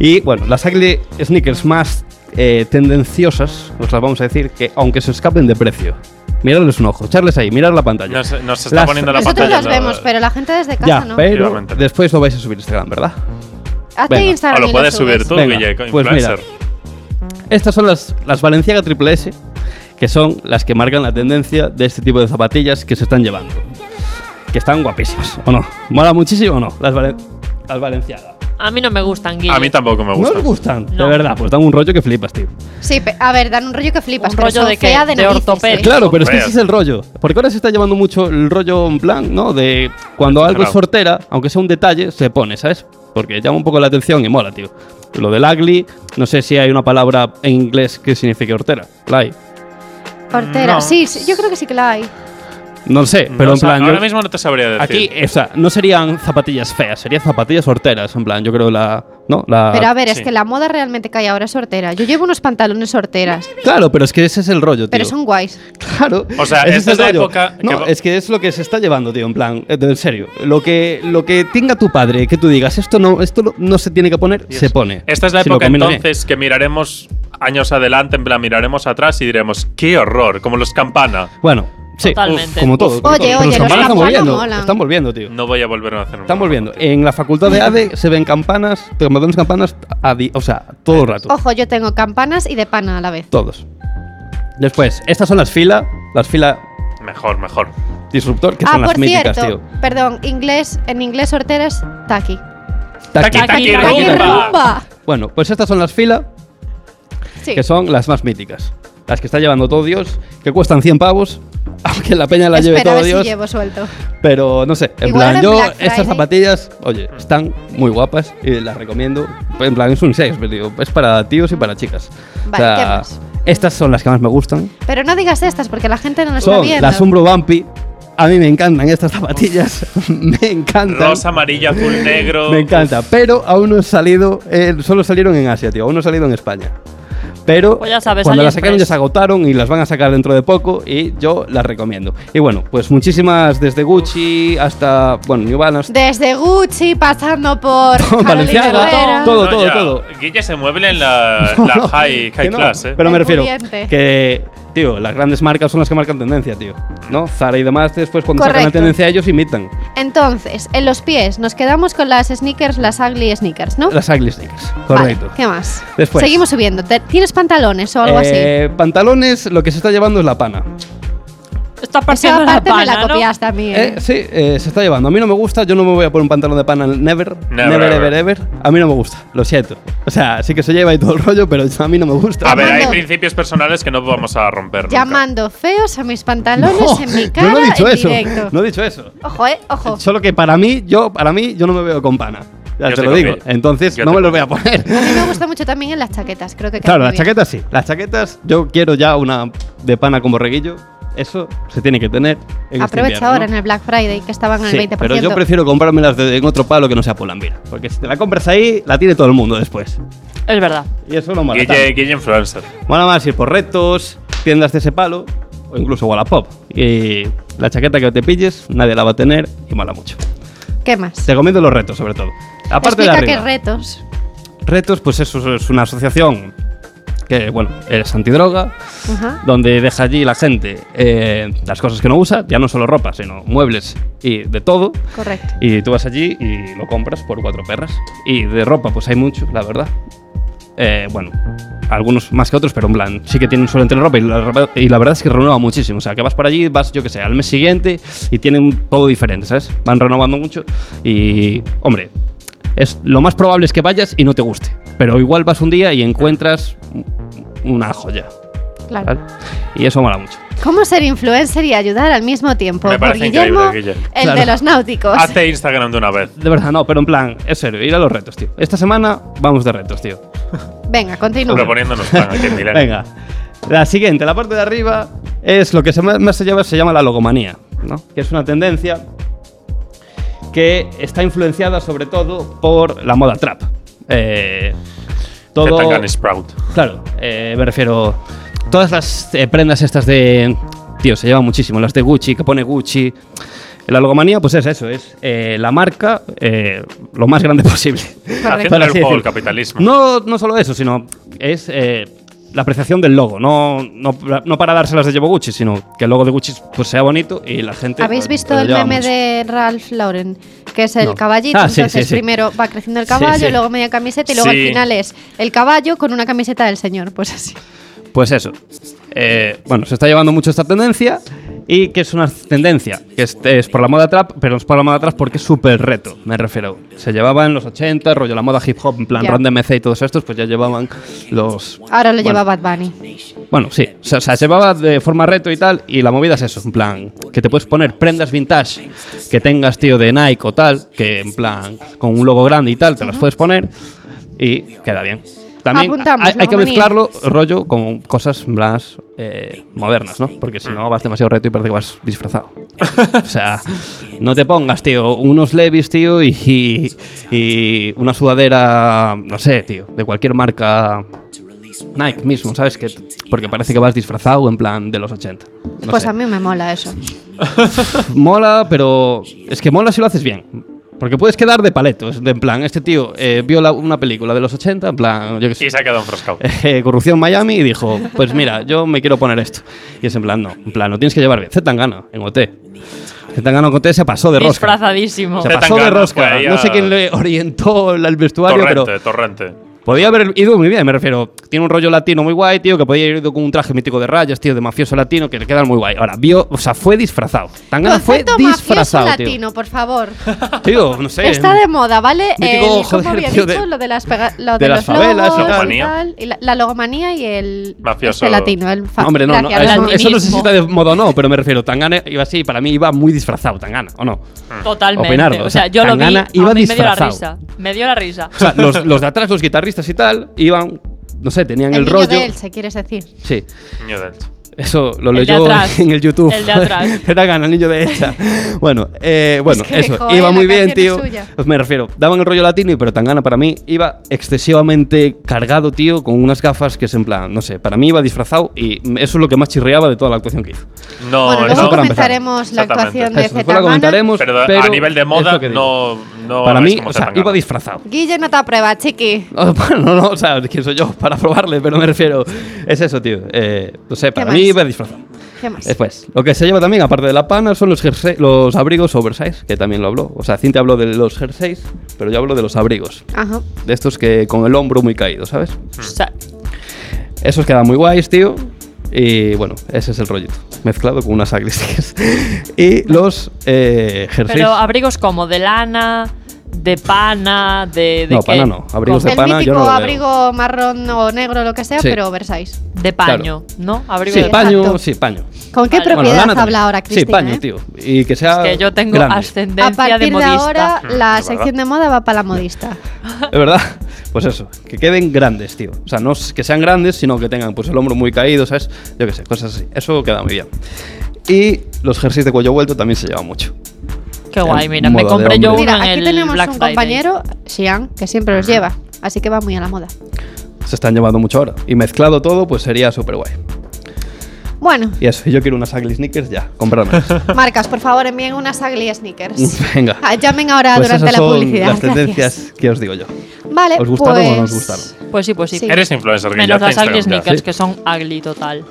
[SPEAKER 3] Y bueno, las ugly sneakers más eh, tendenciosas, os las vamos a decir, que aunque se escapen de precio, miradles un ojo, echarles ahí, mirad la pantalla.
[SPEAKER 5] Nos, nos está
[SPEAKER 3] Las-
[SPEAKER 5] poniendo la
[SPEAKER 2] Nosotros
[SPEAKER 5] pantalla.
[SPEAKER 2] las vemos, pero la gente desde casa
[SPEAKER 3] Ya,
[SPEAKER 2] no.
[SPEAKER 3] pero
[SPEAKER 5] Efectivamente.
[SPEAKER 3] después lo vais a subir a Instagram, ¿verdad?
[SPEAKER 2] Hazte
[SPEAKER 3] venga.
[SPEAKER 5] O
[SPEAKER 2] Instagram. y
[SPEAKER 5] lo
[SPEAKER 2] lo
[SPEAKER 5] puedes
[SPEAKER 2] subes.
[SPEAKER 5] subir tú,
[SPEAKER 3] Venga,
[SPEAKER 5] Guille,
[SPEAKER 3] pues mira.
[SPEAKER 5] influencer.
[SPEAKER 3] Estas son las, las Valenciaga Triple S, que son las que marcan la tendencia de este tipo de zapatillas que se están llevando. Que están guapísimas, ¿o no? ¿Mola muchísimo o no? Las, vale- las Valenciaga.
[SPEAKER 4] A mí no me gustan, Guille.
[SPEAKER 5] A mí tampoco me
[SPEAKER 3] ¿No
[SPEAKER 5] gusta.
[SPEAKER 3] os gustan?
[SPEAKER 4] No.
[SPEAKER 3] De verdad, pues dan un rollo que flipas, tío.
[SPEAKER 2] Sí, pe- a ver, dan un rollo que flipas.
[SPEAKER 4] Un
[SPEAKER 2] pero
[SPEAKER 4] rollo
[SPEAKER 2] son
[SPEAKER 4] de qué,
[SPEAKER 2] fea de,
[SPEAKER 4] de
[SPEAKER 2] narices,
[SPEAKER 4] ortopedia.
[SPEAKER 2] ¿eh?
[SPEAKER 3] Claro, pero es que
[SPEAKER 5] Joder.
[SPEAKER 3] ese es el rollo. Porque ahora se está llevando mucho el rollo en plan, ¿no? De cuando algo es
[SPEAKER 5] Claro.
[SPEAKER 3] fortera, aunque sea un detalle, se pone, ¿sabes? Porque llama un poco la atención y mola, tío. Lo del ugly, no sé si hay una palabra en inglés que signifique hortera. La hay.
[SPEAKER 2] Hortera.
[SPEAKER 5] No.
[SPEAKER 2] Sí, sí, yo creo que sí que la hay.
[SPEAKER 3] No lo sé,
[SPEAKER 5] No,
[SPEAKER 3] pero
[SPEAKER 5] o
[SPEAKER 3] en
[SPEAKER 5] sea,
[SPEAKER 3] plan. yo-
[SPEAKER 5] ahora mismo no te sabría decir.
[SPEAKER 3] Aquí, o sea, no serían zapatillas feas, serían zapatillas horteras, en plan, yo creo la... ¿No? La...
[SPEAKER 2] Pero a ver, es
[SPEAKER 5] sí.
[SPEAKER 2] que la moda realmente que hay ahora es hortera. Yo llevo unos pantalones horteras,
[SPEAKER 3] Claro, pero es que ese es el rollo, tío.
[SPEAKER 2] pero son guays.
[SPEAKER 3] Claro.
[SPEAKER 5] O sea,
[SPEAKER 3] ese
[SPEAKER 5] esta es
[SPEAKER 3] el
[SPEAKER 5] la
[SPEAKER 3] rollo.
[SPEAKER 5] época que
[SPEAKER 3] No,
[SPEAKER 5] va-
[SPEAKER 3] es que es lo que se está llevando, tío, en plan, eh, en serio. Lo que, lo que tenga tu padre, que tú digas, esto no, esto lo- no se tiene que poner, se pone.
[SPEAKER 5] Esta es la
[SPEAKER 3] Si lo
[SPEAKER 5] época
[SPEAKER 3] combina bien.
[SPEAKER 5] entonces que miraremos años adelante, en plan, miraremos atrás y diremos, qué horror, como los campana.
[SPEAKER 3] Bueno, sí.
[SPEAKER 4] Totalmente.
[SPEAKER 3] Como todo. como
[SPEAKER 2] Oye,
[SPEAKER 3] todo. Pero
[SPEAKER 2] oye,
[SPEAKER 3] los
[SPEAKER 2] los
[SPEAKER 3] campanas están
[SPEAKER 2] campanas
[SPEAKER 3] volviendo.
[SPEAKER 2] molan.
[SPEAKER 3] Están volviendo, tío.
[SPEAKER 5] No voy a volver a hacer un
[SPEAKER 3] Están volviendo. En la facultad de ADE se ven campanas, te mandan campanas, a di- o sea, todo el rato.
[SPEAKER 2] Ojo, yo tengo campanas y de pana a la vez.
[SPEAKER 3] Todos. Después, estas son las fila, las fila
[SPEAKER 5] Mejor, mejor.
[SPEAKER 3] disruptor, que
[SPEAKER 2] ah,
[SPEAKER 3] son las
[SPEAKER 2] por
[SPEAKER 3] míticas,
[SPEAKER 2] cierto,
[SPEAKER 3] tío.
[SPEAKER 2] perdón, inglés, en inglés hortera es taqui.
[SPEAKER 5] Taqui,
[SPEAKER 4] Taqui,
[SPEAKER 5] taqui, rumba.
[SPEAKER 2] ¡Rumba!
[SPEAKER 3] Bueno, pues estas son las fila,
[SPEAKER 2] Sí.
[SPEAKER 3] que son las más míticas. Las que está llevando todo Dios, que cuestan 100 pavos, (laughs) aunque la peña la lleve
[SPEAKER 2] Espera, a
[SPEAKER 3] todo
[SPEAKER 2] ver
[SPEAKER 3] Dios.
[SPEAKER 2] si llevo suelto.
[SPEAKER 3] Pero no sé, en
[SPEAKER 2] Igual
[SPEAKER 3] plan,
[SPEAKER 2] en
[SPEAKER 3] yo
[SPEAKER 2] Black
[SPEAKER 3] estas
[SPEAKER 2] Friday.
[SPEAKER 3] zapatillas, oye, están muy guapas y las recomiendo. En plan, es un 6, pero digo, es para tíos y para chicas.
[SPEAKER 2] Vale, ¿qué más?
[SPEAKER 3] estas son las que más me gustan.
[SPEAKER 2] Pero no digas estas porque la gente no lo está
[SPEAKER 3] Son
[SPEAKER 2] viendo.
[SPEAKER 3] las Umbro Bumpy. A mí me encantan estas zapatillas. (laughs) me encantan.
[SPEAKER 5] Rosa,
[SPEAKER 3] (laughs)
[SPEAKER 5] amarillo, azul, negro.
[SPEAKER 3] Me encanta. Pero aún no ha salido. eh, solo salieron en Asia, tío. Aún no ha salido en España. Pero
[SPEAKER 4] Pues ya sabes,
[SPEAKER 3] cuando las
[SPEAKER 4] AliExpress.
[SPEAKER 3] sacaron ya se agotaron y las van a sacar dentro de poco y yo las recomiendo. Y bueno, pues muchísimas desde Gucci hasta, bueno, New Balance.
[SPEAKER 2] Desde Gucci, pasando
[SPEAKER 3] (laughs)
[SPEAKER 2] por Carolina
[SPEAKER 3] Valenciaga,
[SPEAKER 2] Herrera.
[SPEAKER 3] todo,
[SPEAKER 5] No,
[SPEAKER 3] todo,
[SPEAKER 5] ya,
[SPEAKER 3] todo.
[SPEAKER 5] Guille se mueve en la, la
[SPEAKER 3] (laughs) No,
[SPEAKER 5] high,
[SPEAKER 3] que
[SPEAKER 5] high
[SPEAKER 3] no,
[SPEAKER 5] class, ¿eh?
[SPEAKER 3] Pero me
[SPEAKER 2] El
[SPEAKER 3] refiero
[SPEAKER 2] pudiente.
[SPEAKER 3] que, tío, las grandes marcas son las que marcan tendencia, tío. ¿No? Zara y demás, después cuando sacan la
[SPEAKER 2] Correcto.
[SPEAKER 3] tendencia ellos imitan
[SPEAKER 2] Entonces, en los pies, nos quedamos con las sneakers, las ugly sneakers, ¿no?
[SPEAKER 3] las ugly sneakers.
[SPEAKER 2] Vale,
[SPEAKER 3] Correcto.
[SPEAKER 2] ¿Qué más?
[SPEAKER 3] Después.
[SPEAKER 2] Seguimos subiendo. Te- ¿Tienes pantalones o algo así?
[SPEAKER 3] Eh, Pantalones, lo que se está llevando es la pana.
[SPEAKER 4] Está partiendo
[SPEAKER 2] Esa
[SPEAKER 4] la
[SPEAKER 2] parte me
[SPEAKER 4] pana,
[SPEAKER 2] la
[SPEAKER 4] ¿no?
[SPEAKER 2] copiaste a mí. ¿eh?
[SPEAKER 3] Eh, sí, eh, se está llevando. A mí no me gusta, yo no me voy a poner un pantalón de pana never. Never,
[SPEAKER 5] Never,
[SPEAKER 3] ever,
[SPEAKER 5] ever.
[SPEAKER 3] ever. A mí no me gusta, lo siento. O sea, sí que se lleva y todo el rollo, pero a mí no me gusta.
[SPEAKER 5] A ver, hay
[SPEAKER 2] Llamando.
[SPEAKER 5] principios personales que no vamos a romper. nunca.
[SPEAKER 2] Llamando feos a mis pantalones
[SPEAKER 3] No,
[SPEAKER 2] en mi
[SPEAKER 3] yo
[SPEAKER 2] cara
[SPEAKER 3] no he dicho
[SPEAKER 2] en
[SPEAKER 3] eso.
[SPEAKER 2] directo.
[SPEAKER 3] No he dicho eso.
[SPEAKER 2] Ojo, eh, ojo.
[SPEAKER 3] Solo que para mí, yo, para mí, yo no me veo con pana. Ya
[SPEAKER 5] Yo
[SPEAKER 3] te
[SPEAKER 5] estoy
[SPEAKER 3] lo digo.
[SPEAKER 5] contigo.
[SPEAKER 3] Entonces,
[SPEAKER 5] Yo
[SPEAKER 3] no
[SPEAKER 5] te
[SPEAKER 3] me los voy a
[SPEAKER 2] (laughs)
[SPEAKER 3] poner.
[SPEAKER 2] A mí me gusta mucho también en las chaquetas, creo que queda
[SPEAKER 3] Claro,
[SPEAKER 2] muy
[SPEAKER 3] las
[SPEAKER 2] bien.
[SPEAKER 3] chaquetas sí. Las chaquetas, yo quiero ya una de pana con borreguillo. Eso se tiene que tener. En este
[SPEAKER 2] Aprovecha
[SPEAKER 3] invierno,
[SPEAKER 2] ahora
[SPEAKER 3] ¿no?
[SPEAKER 2] en el Black Friday que estaban en
[SPEAKER 3] Sí,
[SPEAKER 2] el 20%.
[SPEAKER 3] pero yo prefiero comprármelas de- en otro palo que no sea Polambira. Porque si te la compras ahí, la tiene todo el mundo después.
[SPEAKER 4] Es verdad.
[SPEAKER 3] Y eso no mola.
[SPEAKER 5] Guille,
[SPEAKER 3] tanto.
[SPEAKER 5] Guille Influencer.
[SPEAKER 2] Oh,
[SPEAKER 3] Mola más ir por retos, tiendas de ese palo o incluso Wallapop. Y la chaqueta que te pilles, nadie la va a tener y mola mucho.
[SPEAKER 2] ¿Qué más?
[SPEAKER 3] Te recomiendo los retos, sobre todo. Aparte de
[SPEAKER 2] Explica
[SPEAKER 3] arriba.
[SPEAKER 2] qué retos.
[SPEAKER 3] Retos, pues eso es una asociación que, bueno, es antidroga,
[SPEAKER 2] Ajá.
[SPEAKER 3] donde deja allí la gente eh, las cosas que no usa, ya no solo ropa, sino muebles y de todo.
[SPEAKER 2] Correcto.
[SPEAKER 3] Y tú vas allí y lo compras por cuatro perras. Y de ropa, pues hay mucho, la verdad. Eh, bueno, algunos más que otros, pero en plan, sí que tienen suelen tener ropa y la, ropa- y la verdad es que renueva muchísimo. O sea, que vas para allí, vas, yo que sé, al mes siguiente y tienen todo diferente, ¿sabes? Van renovando mucho y, hombre, es lo más probable es que vayas y no te guste. Pero igual vas un día y encuentras una joya.
[SPEAKER 2] Claro.
[SPEAKER 3] ¿vale? Y eso mola mucho.
[SPEAKER 2] ¿Cómo ser influencer y ayudar al mismo tiempo?
[SPEAKER 5] Me
[SPEAKER 2] Por
[SPEAKER 5] parece
[SPEAKER 2] Guillermo,
[SPEAKER 5] increíble, Guille. Ah.
[SPEAKER 2] el
[SPEAKER 3] Claro.
[SPEAKER 2] de los náuticos.
[SPEAKER 5] Hazte Instagram de una vez.
[SPEAKER 3] De verdad, no, pero en plan, es serio, ir a los retos, tío. Esta semana vamos de retos, tío.
[SPEAKER 2] Venga, continúa.
[SPEAKER 5] Proponiéndonos plan aquí en Milán.
[SPEAKER 3] Venga. La siguiente, la parte de arriba, es lo que se ma- más se llama, se llama la logomanía, ¿no? Que es una tendencia que está influenciada sobre todo por la moda trap. Eh, todo,
[SPEAKER 5] Zetangana Sprout.
[SPEAKER 3] Claro, eh, me refiero. Todas las eh, prendas estas de. Tío, se llevan muchísimo. Las de Gucci, que pone Gucci. La logomanía, pues es eso, es eh, la marca eh, lo más grande (laughs) posible.
[SPEAKER 5] Haciendo
[SPEAKER 3] Para
[SPEAKER 5] el
[SPEAKER 3] así
[SPEAKER 5] juego al
[SPEAKER 3] decirlo.
[SPEAKER 5] capitalismo.
[SPEAKER 3] No, no solo eso, sino es eh, la apreciación del logo. No, no, no para dárselas de llevo Gucci, sino que el logo de Gucci pues, sea bonito y la gente.
[SPEAKER 2] ¿Habéis
[SPEAKER 3] pues,
[SPEAKER 2] visto
[SPEAKER 3] lo
[SPEAKER 2] el
[SPEAKER 3] lleva
[SPEAKER 2] meme
[SPEAKER 3] mucho.
[SPEAKER 2] de Ralph Lauren? Que es el
[SPEAKER 3] No.
[SPEAKER 2] caballito.
[SPEAKER 3] Ah, sí,
[SPEAKER 2] Entonces,
[SPEAKER 3] sí, sí.
[SPEAKER 2] primero va creciendo el
[SPEAKER 3] Sí,
[SPEAKER 2] caballo,
[SPEAKER 3] sí.
[SPEAKER 2] luego media camiseta y luego
[SPEAKER 5] Sí.
[SPEAKER 2] al final es el caballo con una camiseta del señor. Pues así.
[SPEAKER 3] Pues eso. Eh, bueno, se está llevando mucho esta tendencia y que es una tendencia, que es, es por la moda trap, pero es por la moda trap porque es súper reto, me refiero. Se llevaba en los 80, rollo la moda hip hop, en plan
[SPEAKER 2] Ya.
[SPEAKER 3] Ron DMC y todos estos, pues ya llevaban los...
[SPEAKER 2] Ahora lo
[SPEAKER 3] Bueno.
[SPEAKER 2] lleva Bad Bunny.
[SPEAKER 3] Bueno, sí, o sea, o sea, se llevaba de forma reto y tal, y la movida es eso, en plan, que te puedes poner prendas vintage que tengas, tío, de Nike o tal, que en plan, con un logo grande y tal, te las puedes poner y queda bien. También
[SPEAKER 2] Apuntamos,
[SPEAKER 3] hay, hay que
[SPEAKER 2] logomanía.
[SPEAKER 3] mezclarlo, rollo, con cosas más eh, modernas, ¿no? Porque si no vas demasiado reto y parece que vas disfrazado. o sea, no te pongas, tío, unos levis, tío, y, y- y una sudadera, no sé, tío, de cualquier marca Nike mismo, ¿sabes? Que, porque parece que vas disfrazado en plan de los 80. No
[SPEAKER 2] pues
[SPEAKER 3] sé.
[SPEAKER 2] a mí me mola eso.
[SPEAKER 3] (laughs) Mola, pero es que mola si lo haces bien. Porque puedes quedar de paletos, de en plan, este tío eh, vio la- una película de los 80, en plan, yo qué sé,
[SPEAKER 5] Y se ha quedado enfrascado.
[SPEAKER 3] eh, Corrupción Miami, y dijo, pues mira, yo me quiero poner esto. Y es en plan, no, en plan, lo tienes que llevar bien. Zetangana, en OT. Zetangana en OT se pasó de rosca.
[SPEAKER 4] Disfrazadísimo.
[SPEAKER 3] Se pasó de
[SPEAKER 5] Zetangana
[SPEAKER 3] rosca.
[SPEAKER 5] fue ahí a-
[SPEAKER 3] No sé quién le orientó el vestuario,
[SPEAKER 5] Torrente,
[SPEAKER 3] pero
[SPEAKER 5] torrente.
[SPEAKER 3] Podía haber ido muy bien, me refiero. Tiene un rollo latino muy guay, tío, que podía haber ido con un traje mítico de rayas, tío, de mafioso latino, que le queda muy guay. Ahora, vio, o sea, fue disfrazado. Tangana fue
[SPEAKER 2] Concepto mafioso
[SPEAKER 3] disfrazado, tío.
[SPEAKER 2] latino, por favor.
[SPEAKER 3] Tío, no sé.
[SPEAKER 2] Está de moda, ¿vale?
[SPEAKER 3] Mítico,
[SPEAKER 2] El-
[SPEAKER 3] joder,
[SPEAKER 2] ¿cómo había
[SPEAKER 3] tío,
[SPEAKER 2] dicho?
[SPEAKER 3] de-
[SPEAKER 2] lo de las, pega- lo
[SPEAKER 3] de
[SPEAKER 2] de
[SPEAKER 3] las
[SPEAKER 2] los
[SPEAKER 3] favelas y
[SPEAKER 2] logos y
[SPEAKER 5] tal.
[SPEAKER 2] tal, y la, la logomanía y el
[SPEAKER 5] Mafioso.
[SPEAKER 2] este latino. El fa-
[SPEAKER 3] Hombre, no, no,
[SPEAKER 2] gracias,
[SPEAKER 3] eso,
[SPEAKER 2] ¿no?
[SPEAKER 3] eso no sé si
[SPEAKER 4] latinismo.
[SPEAKER 3] está de moda o no, pero me refiero. Tangana iba así, para mí iba muy disfrazado, Tangana, ¿o no?
[SPEAKER 4] Totalmente.
[SPEAKER 3] Opinarlo,
[SPEAKER 4] O sea, yo lo vi.
[SPEAKER 3] Tangana
[SPEAKER 4] a
[SPEAKER 3] iba
[SPEAKER 4] mí me dio la
[SPEAKER 3] disfrazado.
[SPEAKER 4] risa. Me dio
[SPEAKER 3] (laughs)
[SPEAKER 4] la risa.
[SPEAKER 3] O sea, los, los de atrás, los guitarristas y tal, iban, no sé, tenían
[SPEAKER 2] El,
[SPEAKER 3] el,
[SPEAKER 2] niño
[SPEAKER 3] rollo.
[SPEAKER 2] de Elche, quieres decir.
[SPEAKER 3] Sí,
[SPEAKER 5] Niño del Elche.
[SPEAKER 3] eso lo
[SPEAKER 4] El de
[SPEAKER 3] leyó (laughs)
[SPEAKER 4] atrás.
[SPEAKER 3] en el YouTube.
[SPEAKER 4] El de atrás.
[SPEAKER 3] (laughs) Era gana, el niño
[SPEAKER 2] (laughs)
[SPEAKER 3] de esta. Bueno, eh, bueno,
[SPEAKER 2] que,
[SPEAKER 3] eso.
[SPEAKER 2] joder,
[SPEAKER 3] iba
[SPEAKER 2] la
[SPEAKER 3] muy bien,
[SPEAKER 2] canción es
[SPEAKER 3] tío.
[SPEAKER 2] suya.
[SPEAKER 3] Pues me refiero, daban el rollo latino, pero Tangana para mí iba excesivamente cargado, tío, con unas gafas que es en plan, no sé, para mí iba disfrazado y eso es lo que más chirriaba de toda la actuación que hizo.
[SPEAKER 5] No,
[SPEAKER 2] bueno,
[SPEAKER 5] eso-
[SPEAKER 2] luego
[SPEAKER 3] para empezar.
[SPEAKER 2] comentaremos la
[SPEAKER 5] Exactamente.
[SPEAKER 2] actuación de
[SPEAKER 3] Eso, después la
[SPEAKER 2] Zetangana.
[SPEAKER 3] comentaremos,
[SPEAKER 5] pero,
[SPEAKER 3] pero,
[SPEAKER 5] a nivel de
[SPEAKER 3] es
[SPEAKER 5] moda
[SPEAKER 3] lo que digo.
[SPEAKER 5] no, no
[SPEAKER 3] para
[SPEAKER 5] es
[SPEAKER 3] mí,
[SPEAKER 5] como
[SPEAKER 3] o sea,
[SPEAKER 5] Zetangana.
[SPEAKER 3] iba disfrazado. (laughs)
[SPEAKER 2] Guille no te aprueba, chiqui.
[SPEAKER 3] Oh, Bueno, no, o sea, ¿quién soy yo para (laughs) probarle? Pero me refiero, es eso, tío. Eh, no sé, para
[SPEAKER 2] más?
[SPEAKER 3] mí iba disfrazado.
[SPEAKER 2] ¿Qué más?
[SPEAKER 3] Después, Pues, lo que se lleva también, aparte de la pana, son los, jersey- los abrigos oversize, que también lo habló. O sea, Cintia habló de los jerseys, pero yo hablo de los abrigos.
[SPEAKER 2] Ajá.
[SPEAKER 3] De estos que con el hombro muy caído, ¿sabes?
[SPEAKER 4] O sea,
[SPEAKER 3] Esos quedan muy guays, tío. Y bueno, ese es el rollito. Mezclado con unas agristias. (laughs) y los eh, jerseys.
[SPEAKER 4] pero abrigos como de lana, de pana, de. de
[SPEAKER 3] No,
[SPEAKER 4] qué?
[SPEAKER 3] pana no, abrigos
[SPEAKER 4] Como-
[SPEAKER 2] El
[SPEAKER 3] pana, yo
[SPEAKER 2] mítico
[SPEAKER 3] no lo veo.
[SPEAKER 2] abrigo marrón o negro, lo que sea,
[SPEAKER 3] Sí.
[SPEAKER 2] pero Versailles.
[SPEAKER 4] De paño, ¿no? Abrigo
[SPEAKER 3] sí,
[SPEAKER 4] de paño.
[SPEAKER 3] paño,
[SPEAKER 2] Exacto.
[SPEAKER 3] sí, paño.
[SPEAKER 2] ¿Con qué
[SPEAKER 4] Vale.
[SPEAKER 3] Bueno,
[SPEAKER 2] propiedad
[SPEAKER 3] lana también.
[SPEAKER 2] habla ahora Cristina?
[SPEAKER 3] Sí, paño,
[SPEAKER 2] eh?
[SPEAKER 3] tío. Y que
[SPEAKER 4] Es
[SPEAKER 3] sea.
[SPEAKER 4] que yo tengo
[SPEAKER 3] grande.
[SPEAKER 2] A
[SPEAKER 4] ascendencia de
[SPEAKER 2] partir de,
[SPEAKER 4] modista. Ah,
[SPEAKER 2] ahora,
[SPEAKER 5] Mm,
[SPEAKER 2] la
[SPEAKER 5] es
[SPEAKER 2] sección de moda va para la modista.
[SPEAKER 3] Es verdad. Pues eso, que queden grandes, tío. O sea, no s- que sean grandes, sino que tengan pues el hombro muy caído, ¿sabes? Yo qué sé, cosas así. Eso queda muy bien. Y los jerseys de cuello vuelto también se llevan mucho.
[SPEAKER 4] Qué guay,
[SPEAKER 3] En
[SPEAKER 4] mira, me
[SPEAKER 3] moda de
[SPEAKER 4] compré
[SPEAKER 3] hombre.
[SPEAKER 4] yo uno
[SPEAKER 2] Mira,
[SPEAKER 4] en
[SPEAKER 2] aquí
[SPEAKER 4] el
[SPEAKER 2] tenemos
[SPEAKER 4] Black
[SPEAKER 2] un
[SPEAKER 4] Friday.
[SPEAKER 2] compañero, Xian, que siempre los lleva, así que va muy a la moda.
[SPEAKER 3] Se están llevando mucho ahora. Y mezclado todo, pues sería súper guay. (laughs)
[SPEAKER 2] Bueno,
[SPEAKER 3] Y eso, yo quiero unas ugly sneakers ya, comprarme.
[SPEAKER 2] (laughs) marcas, por favor, envíen unas ugly
[SPEAKER 3] (laughs)
[SPEAKER 2] sneakers.
[SPEAKER 3] Venga.
[SPEAKER 2] Ah, Llamen ahora
[SPEAKER 3] Pues
[SPEAKER 2] durante
[SPEAKER 3] esas
[SPEAKER 2] la
[SPEAKER 3] son
[SPEAKER 2] publicidad.
[SPEAKER 3] las tendencias
[SPEAKER 2] Gracias.
[SPEAKER 3] que os digo yo.
[SPEAKER 2] Vale,
[SPEAKER 3] ¿Os gustaron
[SPEAKER 2] pues...
[SPEAKER 3] o no os gustaron?
[SPEAKER 4] Pues sí, pues sí.
[SPEAKER 2] Sí.
[SPEAKER 5] Eres influencer, Guille,
[SPEAKER 4] Menos
[SPEAKER 5] hazte
[SPEAKER 4] las ugly
[SPEAKER 5] Instagram ya.
[SPEAKER 4] sneakers,
[SPEAKER 3] Sí.
[SPEAKER 4] que son ugly total.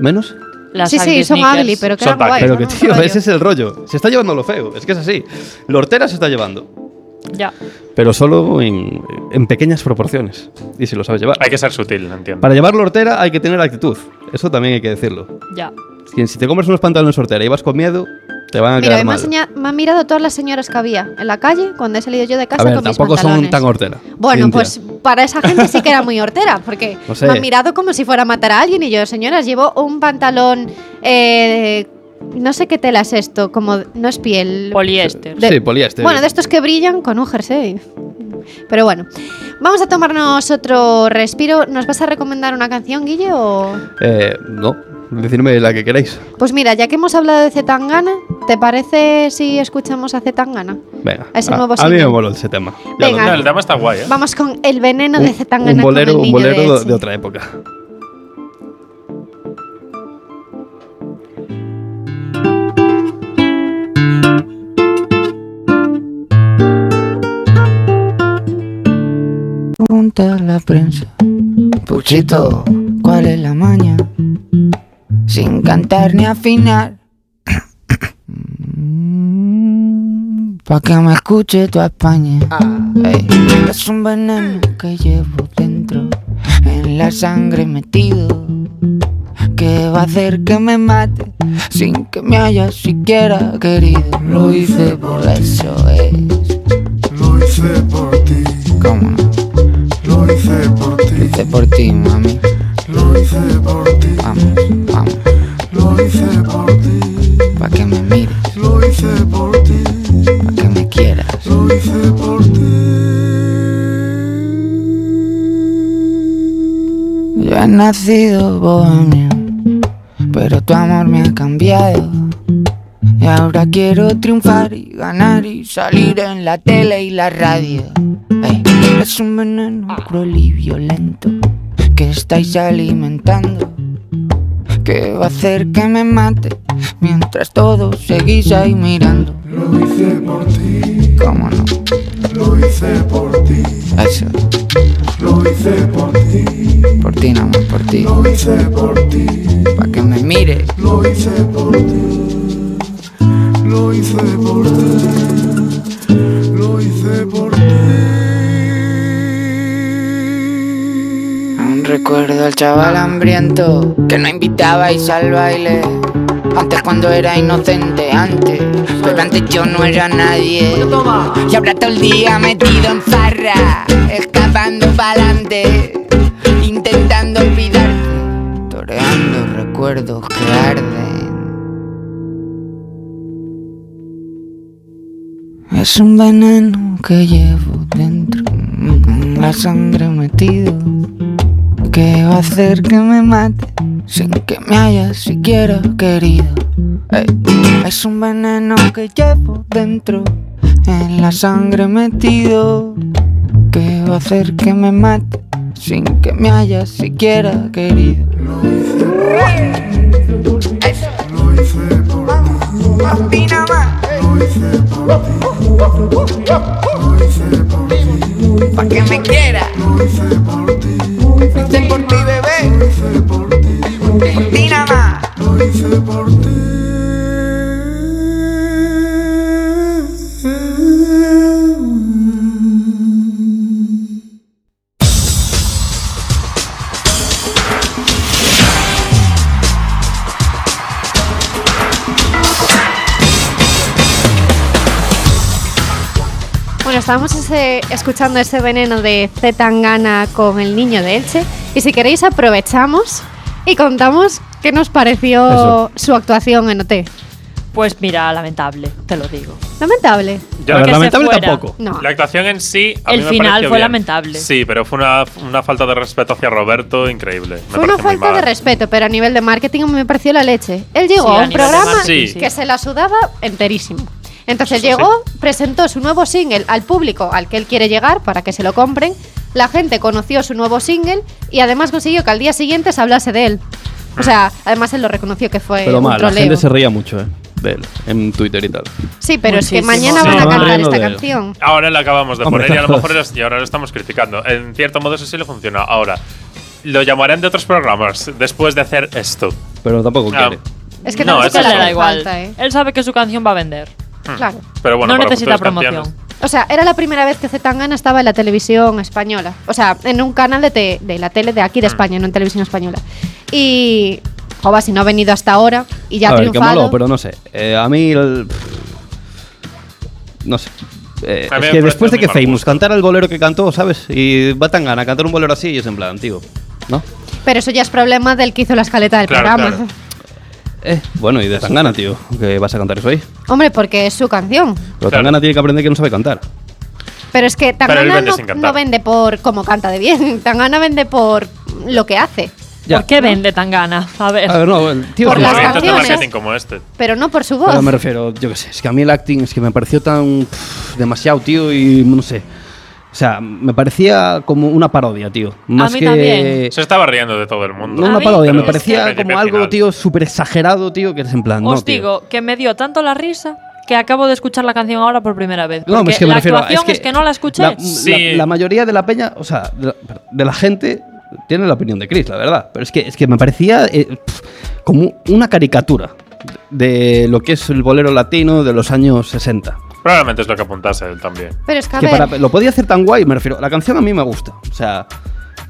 [SPEAKER 3] ¿Menos?
[SPEAKER 4] Las
[SPEAKER 2] sí, sí,
[SPEAKER 4] ugly
[SPEAKER 2] son
[SPEAKER 4] sneakers.
[SPEAKER 2] ugly, pero que
[SPEAKER 5] Son
[SPEAKER 2] eran guays.
[SPEAKER 3] Pero
[SPEAKER 2] ¿no?
[SPEAKER 3] que
[SPEAKER 2] Un
[SPEAKER 3] tío,
[SPEAKER 2] rollo.
[SPEAKER 3] ese es el rollo. Se está llevando lo feo, es que es así. Lortera se está llevando.
[SPEAKER 4] Ya.
[SPEAKER 3] pero solo en, en pequeñas proporciones. Y si lo sabes llevar.
[SPEAKER 5] Hay que ser sutil, entiendo.
[SPEAKER 3] Para llevarlo hortera hay que tener actitud. Eso también hay que decirlo.
[SPEAKER 4] Ya.
[SPEAKER 3] Si, si te compras unos pantalones hortera y vas con miedo, te van a
[SPEAKER 2] Mira, hoy
[SPEAKER 3] quedar
[SPEAKER 2] me, han
[SPEAKER 3] mal.
[SPEAKER 2] enseña- me han mirado todas las señoras que había en la calle cuando he salido yo de casa
[SPEAKER 3] a ver,
[SPEAKER 2] con mis
[SPEAKER 3] tampoco son
[SPEAKER 2] pantalones.
[SPEAKER 3] tan hortera.
[SPEAKER 2] Bueno,
[SPEAKER 3] Cintia.
[SPEAKER 2] pues para esa gente sí que era muy hortera, porque
[SPEAKER 3] (laughs) No sé.
[SPEAKER 2] me han mirado como si fuera a matar a alguien y yo, señoras, llevo un pantalón, eh, no sé qué tela es esto, como no es piel.
[SPEAKER 4] Poliéster.
[SPEAKER 2] de-
[SPEAKER 3] sí, poliéster.
[SPEAKER 2] pues, Bueno, de estos que brillan con un jersey. Pero bueno, vamos a tomarnos otro respiro. ¿Nos vas a recomendar una canción, Guille? O...
[SPEAKER 3] Eh, no, decidme la que queráis.
[SPEAKER 2] Pues mira, ya que hemos hablado de Zetangana, ¿te parece si escuchamos a Zetangana?
[SPEAKER 3] Venga.
[SPEAKER 2] A ese
[SPEAKER 3] a,
[SPEAKER 2] nuevo
[SPEAKER 3] a mí me
[SPEAKER 2] single.
[SPEAKER 3] moló ese tema. Ya
[SPEAKER 2] Venga.
[SPEAKER 5] No,
[SPEAKER 3] lo-
[SPEAKER 5] el dama está guay, ¿eh?
[SPEAKER 2] Ah. Vamos con el veneno de
[SPEAKER 3] un,
[SPEAKER 2] Zetangana.
[SPEAKER 3] un
[SPEAKER 2] con el
[SPEAKER 3] bolero, un
[SPEAKER 2] niño de
[SPEAKER 3] bolero de,
[SPEAKER 2] Elche.
[SPEAKER 3] de otra época.
[SPEAKER 8] Pregunta a la prensa. Puchito, ¿cuál es la maña? Sin cantar ni afinar. Mm, Pa' que me escuche tu España. Ah, Ey. Es un veneno que llevo dentro, en la sangre metido. Que va a hacer que me mate sin que me haya siquiera querido. Lo hice por eso es.
[SPEAKER 9] Lo hice por ti,
[SPEAKER 8] ¿Cómo no?
[SPEAKER 9] lo hice por
[SPEAKER 8] Lo
[SPEAKER 9] ti,
[SPEAKER 8] hice por ti, mami.
[SPEAKER 9] lo hice por ti,
[SPEAKER 8] Vamos, vamos.
[SPEAKER 9] lo hice por ti,
[SPEAKER 8] Pa' que me mires,
[SPEAKER 9] lo hice por ti,
[SPEAKER 8] pa' que me quieras.
[SPEAKER 9] lo hice por ti.
[SPEAKER 8] Yo he nacido bohemio, pero tu amor me ha cambiado. Y ahora quiero triunfar y ganar y salir en la tele y la radio. Ey, es un veneno cruel y violento que estáis alimentando. Que va a hacer que me mate mientras todos seguís ahí mirando.
[SPEAKER 9] Lo hice por ti,
[SPEAKER 8] ¿Cómo no?
[SPEAKER 9] lo hice por ti,
[SPEAKER 8] Eso,
[SPEAKER 9] lo hice por ti,
[SPEAKER 8] por ti, nada más, por ti.
[SPEAKER 9] lo hice por ti,
[SPEAKER 8] Pa' que me mires.
[SPEAKER 9] lo hice por ti, lo hice por ti, lo hice por ti.
[SPEAKER 8] Aún recuerdo al chaval hambriento que no invitabais al baile. Antes cuando era inocente, antes, pero antes yo no era nadie. Y ahora todo el día metido en farra, escapando pa'lante, intentando olvidarte, toreando recuerdos que arden. Es un veneno que llevo dentro, en la sangre metido que va a hacer que me mate sin que me haya siquiera querido. Ey, Es un veneno que llevo dentro, en la sangre metido, que va a hacer que me mate sin que me haya siquiera querido.
[SPEAKER 9] Lo hice por ti, lo hice por ti, lo hice por ti,
[SPEAKER 8] Pa' que me quiera,
[SPEAKER 9] lo hice por ti,
[SPEAKER 8] hice por ti,
[SPEAKER 9] lo
[SPEAKER 8] bebé,
[SPEAKER 9] hice por ti,
[SPEAKER 8] por ti nada más.
[SPEAKER 9] lo hice por ti.
[SPEAKER 2] Bueno, estábamos ese- escuchando ese veneno de Zetangana con el niño de Elche. Y si queréis, aprovechamos y contamos qué nos pareció
[SPEAKER 3] Eso.
[SPEAKER 2] su actuación en OT.
[SPEAKER 4] Pues mira, lamentable, te lo digo.
[SPEAKER 2] Lamentable.
[SPEAKER 5] Yo
[SPEAKER 3] A ver,
[SPEAKER 5] creo
[SPEAKER 4] que
[SPEAKER 5] que
[SPEAKER 4] se
[SPEAKER 3] lamentable
[SPEAKER 4] fuera.
[SPEAKER 3] tampoco.
[SPEAKER 2] No.
[SPEAKER 5] la actuación en sí. a mí
[SPEAKER 4] El
[SPEAKER 5] me
[SPEAKER 4] final
[SPEAKER 5] pareció
[SPEAKER 4] fue
[SPEAKER 5] bien.
[SPEAKER 4] lamentable.
[SPEAKER 5] Sí, pero fue una, una falta de respeto hacia Roberto increíble. Me
[SPEAKER 2] Fue una
[SPEAKER 5] parece muy
[SPEAKER 2] falta de
[SPEAKER 5] mal.
[SPEAKER 2] respeto, pero a nivel de marketing me pareció la leche. Él llegó
[SPEAKER 4] Sí,
[SPEAKER 2] a
[SPEAKER 4] a
[SPEAKER 2] un
[SPEAKER 4] nivel de
[SPEAKER 2] programa
[SPEAKER 5] marketing, sí.
[SPEAKER 2] que se la sudaba enterísimo. Entonces
[SPEAKER 5] Eso
[SPEAKER 2] llegó, presentó su nuevo single al público al que él quiere llegar para que se lo compren. La gente conoció su nuevo single y además consiguió que al día siguiente se hablase de él. O sea, además él lo reconoció que fue
[SPEAKER 3] Pero
[SPEAKER 2] Eh, un
[SPEAKER 3] mal, la
[SPEAKER 2] troleo.
[SPEAKER 3] gente se reía mucho, ¿eh? De él, en Twitter y tal.
[SPEAKER 2] Sí, pero es que
[SPEAKER 4] Muchísimo.
[SPEAKER 2] mañana van
[SPEAKER 5] Sí,
[SPEAKER 2] a
[SPEAKER 3] mañana
[SPEAKER 2] cantar
[SPEAKER 3] lo
[SPEAKER 2] esta
[SPEAKER 3] veo.
[SPEAKER 2] canción.
[SPEAKER 5] Ahora la acabamos de
[SPEAKER 3] Hombre,
[SPEAKER 5] poner y a lo
[SPEAKER 3] joder.
[SPEAKER 5] mejor es- y ahora lo estamos criticando. En cierto modo eso sí le funciona. Ahora, lo llamarán de otros programas después de hacer esto.
[SPEAKER 3] Pero tampoco
[SPEAKER 5] Ah,
[SPEAKER 3] quiere.
[SPEAKER 2] Es que
[SPEAKER 5] No,
[SPEAKER 2] tampoco
[SPEAKER 5] eso
[SPEAKER 2] le
[SPEAKER 4] Eso
[SPEAKER 5] sí.
[SPEAKER 4] le
[SPEAKER 2] hace
[SPEAKER 4] da igual.
[SPEAKER 2] falta, ¿eh?
[SPEAKER 4] Él sabe que su canción va a vender.
[SPEAKER 2] Claro.
[SPEAKER 5] Pero bueno,
[SPEAKER 4] no
[SPEAKER 5] para
[SPEAKER 4] necesita
[SPEAKER 5] futuras
[SPEAKER 4] promoción.
[SPEAKER 5] canciones-
[SPEAKER 2] O sea, era la primera vez que Zetangana estaba en la televisión española. O sea, en un canal de, te- de la tele de aquí de
[SPEAKER 3] Hmm.
[SPEAKER 2] España, no en televisión española. Y. Jova, si no ha venido hasta ahora y ya
[SPEAKER 3] a
[SPEAKER 2] ha
[SPEAKER 3] ver, qué
[SPEAKER 2] triunfado.
[SPEAKER 3] malo, pero no sé. Eh, a mí. el- pff, no sé. Eh,
[SPEAKER 5] A mí
[SPEAKER 3] es
[SPEAKER 5] me
[SPEAKER 3] que después
[SPEAKER 5] parece
[SPEAKER 3] de que
[SPEAKER 5] muy mal
[SPEAKER 3] Famous cantara el bolero que cantó, ¿sabes? Y va tan gana cantar un bolero así y es en plan, tío. ¿No?
[SPEAKER 2] Pero eso ya es problema del que hizo la escaleta del
[SPEAKER 5] Claro,
[SPEAKER 2] programa.
[SPEAKER 5] claro.
[SPEAKER 3] Eh, bueno, y de Tangana, tío, que vas a cantar eso ahí.
[SPEAKER 2] Hombre, porque es su canción.
[SPEAKER 3] Pero
[SPEAKER 5] Claro.
[SPEAKER 3] Tangana tiene que aprender que no sabe cantar.
[SPEAKER 2] Pero es que
[SPEAKER 5] él
[SPEAKER 2] Tangana
[SPEAKER 5] vende
[SPEAKER 2] no,
[SPEAKER 5] sin cantar.
[SPEAKER 2] no vende por cómo canta de bien. (laughs) Tangana vende por lo que hace.
[SPEAKER 3] Ya.
[SPEAKER 4] ¿Por qué vende tan gana? A ver.
[SPEAKER 3] A ver, no, el tío
[SPEAKER 2] Por
[SPEAKER 3] es
[SPEAKER 2] las
[SPEAKER 5] Como
[SPEAKER 3] malo.
[SPEAKER 5] eventos de
[SPEAKER 2] canciones.
[SPEAKER 5] marketing como este.
[SPEAKER 2] Pero no por su voz.
[SPEAKER 3] Pero me refiero, yo qué sé, es que a mí el acting es que me pareció tan. pff, demasiado, tío, y no sé. O sea, me parecía como una parodia, tío. Más
[SPEAKER 4] mí
[SPEAKER 3] que.
[SPEAKER 4] también.
[SPEAKER 5] Se estaba riendo de todo el mundo.
[SPEAKER 3] No
[SPEAKER 4] A
[SPEAKER 3] una
[SPEAKER 4] mí-
[SPEAKER 3] parodia, me
[SPEAKER 4] pero es que
[SPEAKER 3] parecía
[SPEAKER 5] al
[SPEAKER 3] como
[SPEAKER 5] principio al
[SPEAKER 3] algo,
[SPEAKER 5] final.
[SPEAKER 3] tío, súper exagerado, tío, que es en plan. no,
[SPEAKER 4] Os
[SPEAKER 3] tío.
[SPEAKER 4] digo que me dio tanto la risa que acabo de escuchar la canción ahora por primera vez.
[SPEAKER 3] No,
[SPEAKER 4] porque
[SPEAKER 3] es que me
[SPEAKER 4] la
[SPEAKER 3] refiero a-
[SPEAKER 4] actuación es que, no la escuché.
[SPEAKER 3] La,
[SPEAKER 5] Sí.
[SPEAKER 3] la- la mayoría de la peña, o sea, de la, de la gente tiene la opinión de Chris, la verdad. Pero es que, es que me parecía eh, pf, como una caricatura de lo que es el bolero latino de los años 60.
[SPEAKER 5] Probablemente es lo que apuntase él también.
[SPEAKER 2] Pero es que, a
[SPEAKER 3] Que
[SPEAKER 2] ver,
[SPEAKER 3] para- lo podía hacer tan guay, me refiero. La canción a mí me gusta. O sea,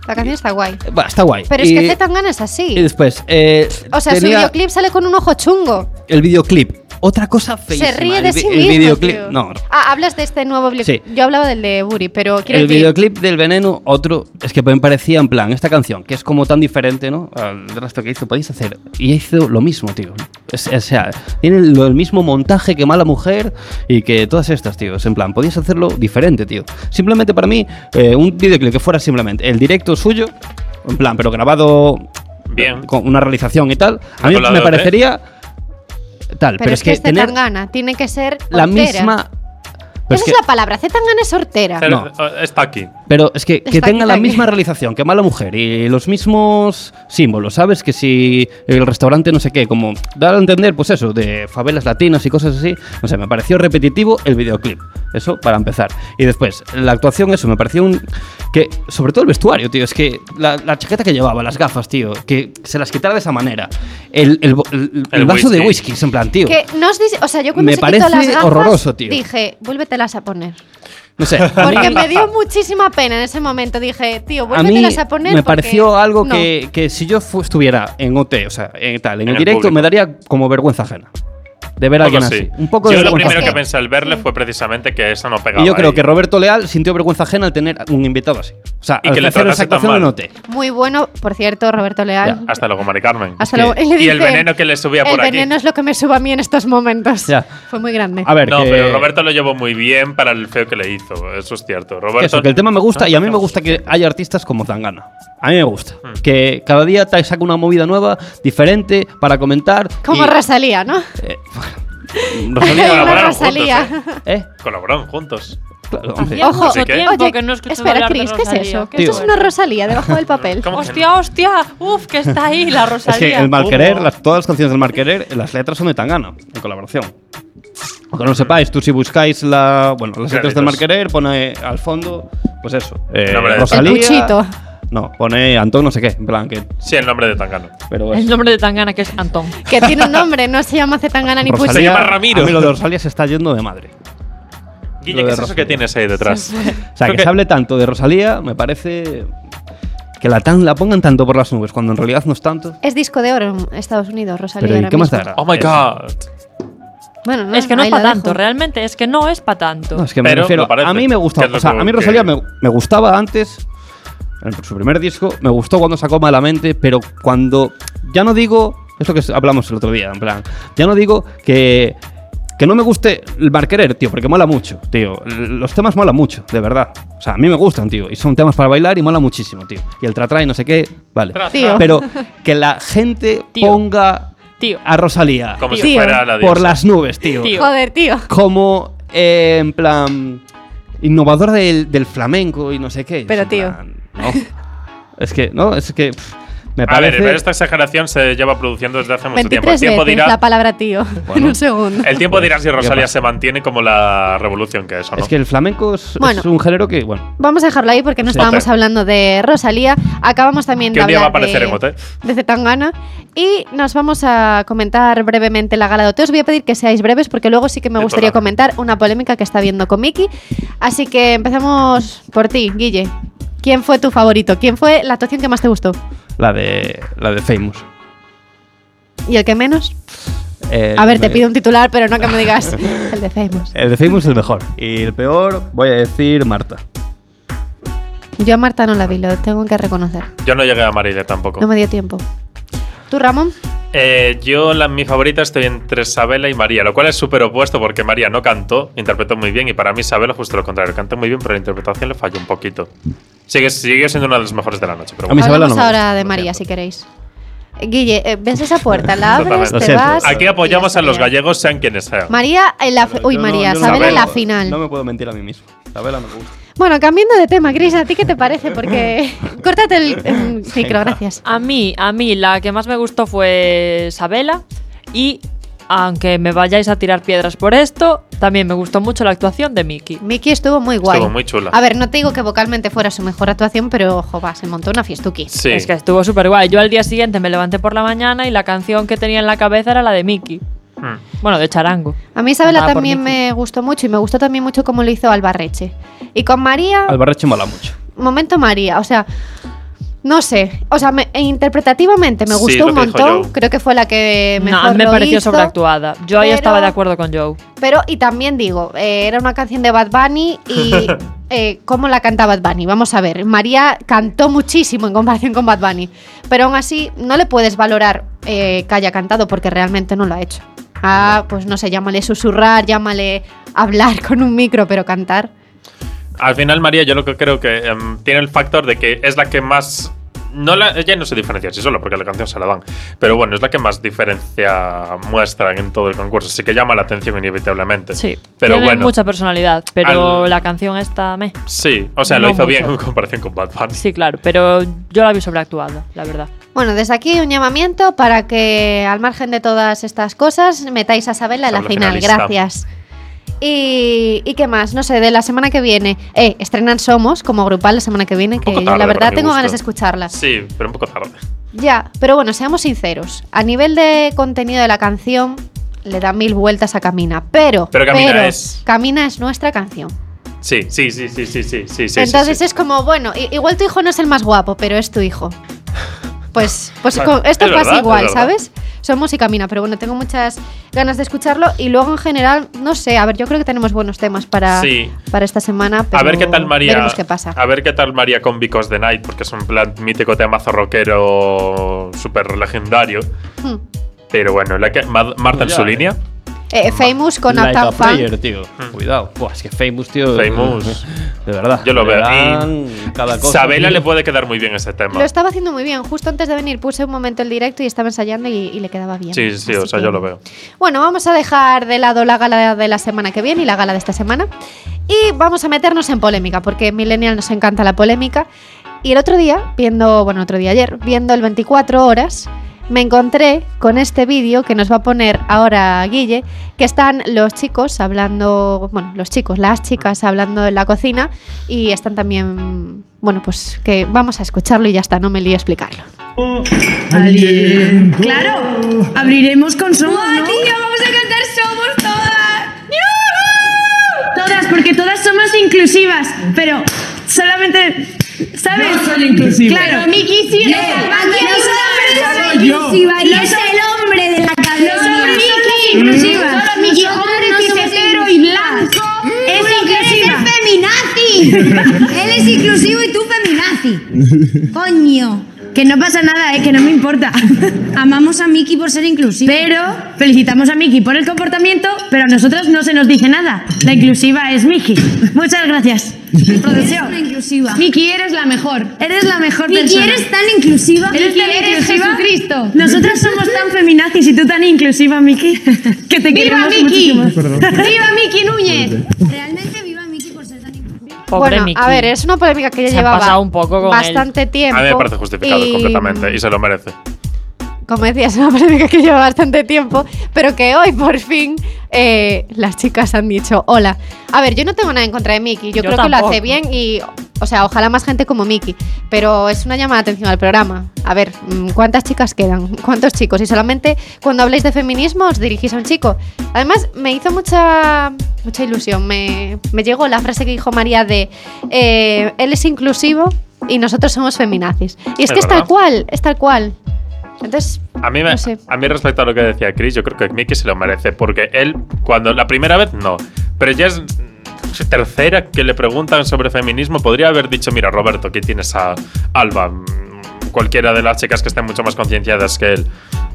[SPEAKER 2] la canción está guay.
[SPEAKER 3] eh, bueno, está guay.
[SPEAKER 2] Pero es
[SPEAKER 3] Y-
[SPEAKER 2] que Zetangana es
[SPEAKER 3] Y
[SPEAKER 2] así.
[SPEAKER 3] después, eh,
[SPEAKER 2] O sea, su
[SPEAKER 3] tenía
[SPEAKER 2] videoclip sale con un ojo chungo.
[SPEAKER 3] el videoclip. Otra cosa feísima.
[SPEAKER 2] Se ríe
[SPEAKER 3] el
[SPEAKER 2] de
[SPEAKER 3] vi-
[SPEAKER 2] sí
[SPEAKER 3] el
[SPEAKER 2] mismo.
[SPEAKER 3] videoclip-
[SPEAKER 2] tío.
[SPEAKER 3] No, no.
[SPEAKER 2] Ah, hablas de este nuevo videoclip.
[SPEAKER 3] Sí.
[SPEAKER 2] Yo hablaba del de Buri, pero quiero
[SPEAKER 3] el
[SPEAKER 2] decir.
[SPEAKER 3] videoclip del veneno, otro, es que me parecía en plan, esta canción, que es como tan diferente, ¿no? Al resto que hizo, podéis hacer. Y hizo lo mismo, tío. Es- o sea, tiene lo- el mismo montaje que Mala Mujer y que todas estas, tío. Es en plan, podías hacerlo diferente, tío. Simplemente para mí, eh, un videoclip que fuera simplemente el directo suyo, en plan, pero grabado
[SPEAKER 5] Bien.
[SPEAKER 3] con una realización y tal, a mí
[SPEAKER 5] Colado,
[SPEAKER 3] me
[SPEAKER 5] ¿eh?
[SPEAKER 3] parecería tal.
[SPEAKER 2] pero,
[SPEAKER 3] Pero,
[SPEAKER 2] es que, este es
[SPEAKER 3] tener
[SPEAKER 2] Zetangana. Tiene que ser.
[SPEAKER 3] la
[SPEAKER 2] hortera.
[SPEAKER 3] misma... pero
[SPEAKER 2] Esa
[SPEAKER 3] que-
[SPEAKER 2] es la palabra. Zetangana es hortera.
[SPEAKER 5] Pero,
[SPEAKER 3] No.
[SPEAKER 5] eh, Está aquí.
[SPEAKER 3] Pero es que, que
[SPEAKER 2] Está aquí,
[SPEAKER 3] tenga
[SPEAKER 2] está
[SPEAKER 3] la
[SPEAKER 2] aquí.
[SPEAKER 3] misma realización que Mala Mujer y los mismos símbolos, ¿sabes? Que si el restaurante no sé qué, como dar a entender, pues eso, de favelas latinas y cosas así, no sé, me pareció repetitivo el videoclip. Eso para empezar. Y después, la actuación, eso, me pareció un. que Sobre todo el vestuario, tío, es que la, la chaqueta que llevaba, las gafas, tío, que se las quitara de esa manera. El, el bo- el- el
[SPEAKER 5] El
[SPEAKER 3] vaso de
[SPEAKER 5] whisky.
[SPEAKER 3] whisky, es en plan, tío.
[SPEAKER 2] Que no os dice. O sea, yo cuando
[SPEAKER 3] Me
[SPEAKER 2] se quitó las
[SPEAKER 3] parece
[SPEAKER 2] gafas.
[SPEAKER 3] horroroso, tío.
[SPEAKER 2] Dije, vuélvetelas a
[SPEAKER 3] (laughs)
[SPEAKER 2] poner.
[SPEAKER 3] No sé. a mí-
[SPEAKER 2] (laughs) Porque me dio muchísima pena en ese momento. Dije, tío,
[SPEAKER 3] a mí
[SPEAKER 2] vuélvetelas a, poner.
[SPEAKER 3] me
[SPEAKER 2] porque
[SPEAKER 3] pareció algo
[SPEAKER 2] no".
[SPEAKER 3] que, que si yo fu- estuviera en OT, o sea, en tal, en,
[SPEAKER 5] En
[SPEAKER 3] el
[SPEAKER 5] el
[SPEAKER 3] directo,
[SPEAKER 5] público.
[SPEAKER 3] me daría como vergüenza ajena de ver a
[SPEAKER 5] Un poco
[SPEAKER 3] alguien así.
[SPEAKER 5] sí.
[SPEAKER 3] Un poco de
[SPEAKER 5] Yo lo
[SPEAKER 3] vergüenza
[SPEAKER 5] primero que
[SPEAKER 3] ajena.
[SPEAKER 5] pensé al verle fue precisamente que eso no pegaba.
[SPEAKER 3] Y yo creo
[SPEAKER 5] ahí.
[SPEAKER 3] que Roberto Leal sintió vergüenza ajena al tener un invitado así. O sea,
[SPEAKER 5] Y
[SPEAKER 3] al
[SPEAKER 5] que le
[SPEAKER 3] hacer esa
[SPEAKER 5] tratase tan
[SPEAKER 3] actuación en
[SPEAKER 5] mal.
[SPEAKER 3] OT.
[SPEAKER 2] Muy bueno, por cierto, Roberto Leal.
[SPEAKER 5] Hasta luego, Mari Carmen.
[SPEAKER 2] Hasta
[SPEAKER 3] que-
[SPEAKER 2] luego. (laughs) le
[SPEAKER 5] Y el
[SPEAKER 2] dice,
[SPEAKER 5] veneno que le subía
[SPEAKER 2] El
[SPEAKER 5] por aquí.
[SPEAKER 2] veneno es lo que me suba a mí en estos momentos.
[SPEAKER 3] Ya.
[SPEAKER 2] Fue muy grande.
[SPEAKER 3] A ver,
[SPEAKER 5] No,
[SPEAKER 3] que,
[SPEAKER 5] pero Roberto lo llevó muy bien para el feo que le hizo. Eso es cierto.
[SPEAKER 3] que
[SPEAKER 5] Roberto. Ah,
[SPEAKER 3] eso, que el tema me gusta y a mí me gusta que haya artistas como Zangana. A mí me gusta.
[SPEAKER 5] Hmm.
[SPEAKER 3] Que cada día te saca una movida nueva, diferente, para comentar.
[SPEAKER 2] Como
[SPEAKER 3] y-
[SPEAKER 2] Rosalía, ¿no?
[SPEAKER 3] eh, Rosalía,
[SPEAKER 5] Colaboraron
[SPEAKER 2] Una
[SPEAKER 5] juntos,
[SPEAKER 2] Rosalía.
[SPEAKER 3] ¿eh?
[SPEAKER 5] Colaboraron juntos.
[SPEAKER 3] Claro, hombre.
[SPEAKER 4] Hacía
[SPEAKER 2] Ojo,
[SPEAKER 5] Así
[SPEAKER 4] mucho
[SPEAKER 5] que-
[SPEAKER 4] tiempo que no escuchaba
[SPEAKER 2] espera,
[SPEAKER 4] hablar de
[SPEAKER 2] Cris, ¿qué es
[SPEAKER 4] Rosalía.
[SPEAKER 2] eso?
[SPEAKER 4] Qué
[SPEAKER 2] Esto es
[SPEAKER 4] bueno.
[SPEAKER 2] una Rosalía debajo del papel.
[SPEAKER 5] ¿Cómo que
[SPEAKER 4] Hostia, hostia, uf, que está ahí
[SPEAKER 3] (laughs)
[SPEAKER 4] la
[SPEAKER 3] Es
[SPEAKER 4] Rosalía.
[SPEAKER 3] que el mal
[SPEAKER 4] Uf.
[SPEAKER 3] querer, las- todas las canciones del mal querer, las letras son de Tangana, en colaboración. Aunque no lo sepáis, tú si buscáis la, bueno, las letras del mal querer, pone al fondo, pues eso. eh,
[SPEAKER 5] nombre de
[SPEAKER 3] Rosalía.
[SPEAKER 2] El puchito.
[SPEAKER 3] No, pone Antón no sé qué, en plan que.
[SPEAKER 5] Sí, el nombre de Tangano.
[SPEAKER 3] Pero
[SPEAKER 4] El
[SPEAKER 3] es.
[SPEAKER 4] nombre de Tangana que es Antón.
[SPEAKER 2] Que tiene un nombre, no se llama Zetangana ni
[SPEAKER 3] Rosalía-
[SPEAKER 2] Puchi.
[SPEAKER 5] llama Ramiro.
[SPEAKER 3] a mí lo de Rosalía se está yendo de madre.
[SPEAKER 5] Guille,
[SPEAKER 3] Lo
[SPEAKER 5] ¿qué
[SPEAKER 3] de
[SPEAKER 5] es eso que
[SPEAKER 3] Rosalía.
[SPEAKER 5] tienes ahí detrás?
[SPEAKER 3] O sea,
[SPEAKER 5] Creo
[SPEAKER 3] que,
[SPEAKER 5] que-
[SPEAKER 3] se hable tanto de Rosalía, me parece. Que la, tan, la pongan tanto por las nubes, cuando en realidad no es tanto.
[SPEAKER 2] Es disco de oro en Estados Unidos, Rosalía.
[SPEAKER 3] Pero ¿y
[SPEAKER 2] ahora
[SPEAKER 3] qué más
[SPEAKER 2] mismo.
[SPEAKER 3] dará?
[SPEAKER 5] Oh my
[SPEAKER 3] Eh,
[SPEAKER 5] god.
[SPEAKER 2] Bueno, no,
[SPEAKER 4] es que no
[SPEAKER 2] ahí
[SPEAKER 4] es para
[SPEAKER 2] lo
[SPEAKER 4] tanto,
[SPEAKER 2] dejo.
[SPEAKER 4] realmente es que no es para tanto.
[SPEAKER 3] No, es que me
[SPEAKER 5] Pero
[SPEAKER 3] refiero.
[SPEAKER 5] lo parece,
[SPEAKER 3] a mí me gusta.
[SPEAKER 5] que es lo
[SPEAKER 3] O sea, a mí
[SPEAKER 5] que-
[SPEAKER 3] Rosalía me, me gustaba antes. En su primer disco. Me gustó cuando sacó Malamente. Pero cuando. Ya no digo. Esto que hablamos el otro día, en plan. Ya no digo que. Que no me guste el Marquerer, tío, porque mola mucho, tío. L- Los temas mola mucho, de verdad. O sea, a mí me gustan, tío. Y son temas para bailar y mola muchísimo, tío. Y el tratra y no sé qué, vale.
[SPEAKER 2] Tío.
[SPEAKER 3] Pero que la gente
[SPEAKER 4] Tío.
[SPEAKER 3] ponga
[SPEAKER 4] Tío.
[SPEAKER 3] a Rosalía
[SPEAKER 5] Como si
[SPEAKER 2] Tío.
[SPEAKER 5] fuera la
[SPEAKER 3] por
[SPEAKER 5] diosa.
[SPEAKER 3] las nubes, tío
[SPEAKER 4] Tío.
[SPEAKER 2] Joder, tío.
[SPEAKER 3] como eh, en plan innovadora del, del flamenco y no sé qué.
[SPEAKER 2] Pero,
[SPEAKER 3] Es en plan, no. Es que no, es que pff, Me
[SPEAKER 5] A ver,
[SPEAKER 3] parece.
[SPEAKER 5] pero esta exageración se lleva produciendo desde hace mucho tiempo. El
[SPEAKER 2] 23
[SPEAKER 5] tiempo
[SPEAKER 2] veces
[SPEAKER 5] dirá,
[SPEAKER 2] la palabra tío en
[SPEAKER 3] Bueno.
[SPEAKER 2] un segundo.
[SPEAKER 5] el tiempo dirá si
[SPEAKER 3] ¿Qué
[SPEAKER 5] Rosalía
[SPEAKER 3] pasa?
[SPEAKER 5] se mantiene como la revolución que es, ¿o no?
[SPEAKER 3] Es que el flamenco es,
[SPEAKER 2] Bueno.
[SPEAKER 3] es un género que, bueno,
[SPEAKER 2] Vamos a dejarlo ahí porque no
[SPEAKER 5] Sí.
[SPEAKER 2] estábamos
[SPEAKER 5] Hotel.
[SPEAKER 2] hablando de Rosalía. Acabamos también
[SPEAKER 5] que
[SPEAKER 2] de
[SPEAKER 5] un día va a
[SPEAKER 2] hablar
[SPEAKER 5] aparecer
[SPEAKER 2] de,
[SPEAKER 5] en OT.
[SPEAKER 2] de Zetangana. Y nos vamos a comentar brevemente la gala de OT. Os voy a pedir que seáis breves porque luego sí que me
[SPEAKER 5] Sí,
[SPEAKER 2] gustaría
[SPEAKER 5] total.
[SPEAKER 2] comentar una polémica que está habiendo con Miki. Así que empezamos por ti, Guille. ¿Quién fue tu favorito? ¿Quién fue la actuación que más te gustó?
[SPEAKER 3] la de, la de Famous.
[SPEAKER 2] ¿Y el que menos?
[SPEAKER 3] El-
[SPEAKER 2] A ver, te pido un titular, pero no que me digas el de Famous.
[SPEAKER 3] El de Famous es el mejor. Y el peor, voy a decir Marta.
[SPEAKER 2] Yo a Marta no la vi, lo tengo que reconocer.
[SPEAKER 5] Yo no llegué a Marile tampoco.
[SPEAKER 2] No me dio tiempo. ¿Tú, Ramón?
[SPEAKER 5] Eh, yo, la, mi favorita, estoy entre Sabela y María, lo cual es súper opuesto porque María no cantó, interpretó muy bien y para mí Sabela justo lo contrario, cantó muy bien, pero la interpretación le falló un poquito. Sigue, sigue siendo una de las mejores de la noche, pero
[SPEAKER 3] A mí
[SPEAKER 5] bueno.
[SPEAKER 3] Isabela
[SPEAKER 2] Hablamos
[SPEAKER 3] no me
[SPEAKER 2] ahora de
[SPEAKER 5] Lo
[SPEAKER 2] María,
[SPEAKER 5] siento.
[SPEAKER 2] si queréis. Guille, eh, ves esa puerta, la abres,
[SPEAKER 5] Totalmente.
[SPEAKER 3] Lo
[SPEAKER 2] te
[SPEAKER 3] siento.
[SPEAKER 2] vas.
[SPEAKER 5] Aquí
[SPEAKER 2] y
[SPEAKER 5] apoyamos
[SPEAKER 2] ya
[SPEAKER 5] a los
[SPEAKER 2] estaría.
[SPEAKER 5] gallegos, sean quienes sean.
[SPEAKER 2] María en la. Uy, María, Sabela en la final.
[SPEAKER 3] No me puedo mentir a mí mismo. Sabela me gusta.
[SPEAKER 2] Bueno, cambiando de tema, Cris, ¿a ti qué te parece? Porque. (laughs) Córtate el, el micro, gracias.
[SPEAKER 4] A mí, a mí, la que más me gustó fue Sabela y, aunque me vayáis a tirar piedras por esto, también me gustó mucho la actuación de Miki.
[SPEAKER 2] Miki estuvo muy guay.
[SPEAKER 5] Estuvo muy chula.
[SPEAKER 2] A ver, no te digo que vocalmente fuera su mejor actuación, pero joba, se montó una fiestuki.
[SPEAKER 5] sí.
[SPEAKER 4] Es que estuvo súper guay. Yo al día siguiente me levanté por la mañana y la canción que tenía en la cabeza era la de Miki.
[SPEAKER 5] Mm.
[SPEAKER 4] Bueno, de Charango.
[SPEAKER 2] A mí Isabela
[SPEAKER 4] Cantada por
[SPEAKER 2] también
[SPEAKER 4] Miki.
[SPEAKER 2] me gustó mucho y me gustó también mucho cómo lo hizo Albarreche. Y con María,
[SPEAKER 3] Albarreche mola mucho.
[SPEAKER 2] momento María, o sea, no sé, o sea, me- e interpretativamente me
[SPEAKER 5] Sí,
[SPEAKER 2] gustó un
[SPEAKER 5] lo que dijo
[SPEAKER 2] montón,
[SPEAKER 5] Joe.
[SPEAKER 2] creo que fue la que Eh, mejor
[SPEAKER 4] no, me
[SPEAKER 2] lo
[SPEAKER 4] pareció
[SPEAKER 2] hizo,
[SPEAKER 4] sobreactuada. Yo ahí
[SPEAKER 2] pero-
[SPEAKER 4] estaba de acuerdo con Joe.
[SPEAKER 2] Pero, y también digo, eh, era una canción de Bad Bunny y eh, cómo la canta Bad Bunny, vamos a ver, María cantó muchísimo en comparación con Bad Bunny, pero aún así no le puedes valorar eh, que haya cantado porque realmente no lo ha hecho. Ah, pues no sé, llámale susurrar, llámale hablar (laughs) con un micro, pero cantar.
[SPEAKER 5] Al final, María, yo lo que creo que em, tiene el factor de que es la que más. No la, ella no se diferencia sí solo porque la canción se la dan. Pero bueno, es la que más diferencia muestra en todo el concurso. Así que llama la atención inevitablemente.
[SPEAKER 4] Sí.
[SPEAKER 5] Pero
[SPEAKER 4] Tiene
[SPEAKER 5] bueno.
[SPEAKER 4] mucha personalidad, pero
[SPEAKER 5] al-
[SPEAKER 4] la canción esta me.
[SPEAKER 5] Sí, o sea,
[SPEAKER 4] No
[SPEAKER 5] lo hizo bien
[SPEAKER 4] mucho.
[SPEAKER 5] en comparación con Bad Bunny.
[SPEAKER 4] Sí, claro, pero yo la vi sobreactuada, la verdad.
[SPEAKER 2] Bueno, desde aquí un llamamiento para que, al margen de todas estas cosas, metáis a Sabela en la
[SPEAKER 5] Sabela
[SPEAKER 2] final.
[SPEAKER 5] finalista.
[SPEAKER 2] Gracias. Y, y qué más? No sé, de la semana que viene. Eh, estrenan Somos como grupal la semana que viene, que
[SPEAKER 5] poco
[SPEAKER 2] yo,
[SPEAKER 5] tarde
[SPEAKER 2] la
[SPEAKER 5] para
[SPEAKER 2] verdad
[SPEAKER 5] mi
[SPEAKER 2] tengo
[SPEAKER 5] gusto.
[SPEAKER 2] ganas de escucharlas.
[SPEAKER 5] Sí, pero un poco tarde.
[SPEAKER 2] Ya, pero bueno, seamos sinceros. A nivel de contenido de la canción, le da mil vueltas a Camina. Pero,
[SPEAKER 5] Pero Camina es-
[SPEAKER 2] Camina es nuestra canción.
[SPEAKER 5] Sí, sí, sí, sí, sí, sí, sí. sí,
[SPEAKER 2] Entonces
[SPEAKER 5] sí,
[SPEAKER 2] es como, bueno, i- igual tu hijo no es el más guapo, pero es tu hijo. Pues, pues
[SPEAKER 5] Vale,
[SPEAKER 2] co- esto
[SPEAKER 5] es
[SPEAKER 2] pasa
[SPEAKER 5] verdad,
[SPEAKER 2] igual,
[SPEAKER 5] es verdad.
[SPEAKER 2] ¿sabes? Somos y camina, pero bueno, tengo muchas ganas de escucharlo y luego en general, no sé, a ver, yo creo que tenemos buenos temas para,
[SPEAKER 5] Sí.
[SPEAKER 2] para esta semana.
[SPEAKER 5] A ver
[SPEAKER 2] pero
[SPEAKER 5] qué tal María.
[SPEAKER 2] Veremos qué pasa.
[SPEAKER 5] A ver qué tal María con Because the Night, porque es un plan mítico temazo rockero súper legendario.
[SPEAKER 2] Hmm.
[SPEAKER 5] Pero bueno, la que, Mad- Marta en
[SPEAKER 3] Ya,
[SPEAKER 5] su
[SPEAKER 3] eh.
[SPEAKER 5] línea.
[SPEAKER 2] Eh, Famous con
[SPEAKER 3] like a
[SPEAKER 2] Uptown Funk.
[SPEAKER 3] player, tío. Cuidado. Buah, es que Famous, tío.
[SPEAKER 5] Hmm. Famous.
[SPEAKER 3] De verdad.
[SPEAKER 5] Yo lo
[SPEAKER 3] Le
[SPEAKER 5] veo.
[SPEAKER 3] dan cada cosa.
[SPEAKER 5] Sabela
[SPEAKER 3] tío.
[SPEAKER 5] le puede quedar muy bien ese tema.
[SPEAKER 2] Lo estaba haciendo muy bien. Justo antes de venir puse un momento el directo y estaba ensayando y, y le quedaba bien.
[SPEAKER 5] Sí, sí, o
[SPEAKER 2] Así
[SPEAKER 5] sea,
[SPEAKER 2] que-
[SPEAKER 5] yo lo veo.
[SPEAKER 2] Bueno, vamos a dejar de lado la gala de la semana que viene y la gala de esta semana. Y vamos a meternos en polémica, porque en Millennial nos encanta la polémica. Y el otro día, viendo, bueno, otro día ayer, viendo el 24 horas, me encontré con este vídeo que nos va a poner ahora Guille, que están los chicos hablando, bueno, los chicos, las chicas hablando en la cocina y están también, bueno, pues que vamos a escucharlo y ya está, no me lío a explicarlo.
[SPEAKER 10] Claro, abriremos con Somos, ¿no?
[SPEAKER 7] vamos a cantar Somos Todas!
[SPEAKER 10] Todas, porque todas somos inclusivas, pero solamente, ¿sabes?
[SPEAKER 9] Yo soy inclusiva.
[SPEAKER 10] Claro, Miki sí es.
[SPEAKER 7] Aquí hay una persona
[SPEAKER 9] soy yo.
[SPEAKER 7] inclusiva y es el hombre de la
[SPEAKER 10] No
[SPEAKER 7] cadena.
[SPEAKER 10] somos Miki
[SPEAKER 7] Solo
[SPEAKER 10] inclusivas. Miki
[SPEAKER 7] nosotras
[SPEAKER 10] hombre
[SPEAKER 7] no somos
[SPEAKER 10] hetero y
[SPEAKER 7] inclusivas.
[SPEAKER 10] blanco es
[SPEAKER 7] Porque eres
[SPEAKER 10] inclusiva.
[SPEAKER 7] el
[SPEAKER 10] (laughs)
[SPEAKER 7] feminazi. Él es inclusivo y tú feminazi. Coño.
[SPEAKER 10] Que no pasa nada, eh, que no me importa. (laughs)
[SPEAKER 7] Amamos a Miki por ser inclusivo.
[SPEAKER 10] Pero felicitamos a Miki por el comportamiento, pero a nosotros no se nos dice nada. La inclusiva es Miki. Muchas gracias.
[SPEAKER 7] Eres una
[SPEAKER 10] Producción.
[SPEAKER 7] inclusiva.
[SPEAKER 10] Miki, eres la mejor. Eres la mejor
[SPEAKER 7] Miki,
[SPEAKER 10] persona.
[SPEAKER 7] eres tan inclusiva.
[SPEAKER 10] Eres
[SPEAKER 7] Miki,
[SPEAKER 10] tan inclusiva.
[SPEAKER 7] Jesucristo.
[SPEAKER 10] Nosotras somos tan feminazis y tú tan inclusiva, Miki. (laughs) Que te
[SPEAKER 7] ¡Viva
[SPEAKER 10] queremos
[SPEAKER 7] Miki!
[SPEAKER 10] (laughs) muchísimo.
[SPEAKER 7] ¡Viva Miki Núñez! Realmente viva Miki por ser tan inclusiva.
[SPEAKER 4] Pobre
[SPEAKER 2] bueno,
[SPEAKER 4] Miki.
[SPEAKER 2] a ver, es una polémica que ya
[SPEAKER 4] Se ha
[SPEAKER 2] llevaba
[SPEAKER 4] pasado un poco con
[SPEAKER 2] bastante tiempo.
[SPEAKER 5] A mí me parece justificado
[SPEAKER 2] y,
[SPEAKER 5] completamente y se lo merece.
[SPEAKER 2] Como decía, es una polémica que lleva bastante tiempo, pero que hoy por fin eh, las chicas han dicho hola. A ver, yo no tengo nada en contra de Miki, yo,
[SPEAKER 4] Yo
[SPEAKER 2] creo que lo hace
[SPEAKER 4] tampoco.
[SPEAKER 2] bien y, o sea, ojalá más gente como Miki, pero es una llamada de atención al programa. A ver, mm, ¿cuántas chicas quedan? ¿Cuántos chicos? Y solamente cuando habláis de feminismo os dirigís a un chico. Además, me hizo mucha, mucha ilusión, me, me llegó la frase que dijo María de, eh, él es inclusivo y nosotros somos feminazis. Y es,
[SPEAKER 5] Es
[SPEAKER 2] que es tal
[SPEAKER 5] verdad.
[SPEAKER 2] cual, es tal cual. Entonces,
[SPEAKER 5] A mí, me-
[SPEAKER 2] No sé.
[SPEAKER 5] a mí respecto a lo que decía Chris, yo creo que Mickey se lo merece, porque él, cuando la primera vez no, pero ya es mm, tercera que le preguntan sobre feminismo, podría haber dicho, mira Roberto, aquí tienes a Alba, mm, cualquiera de las chicas que estén mucho más concienciadas que él.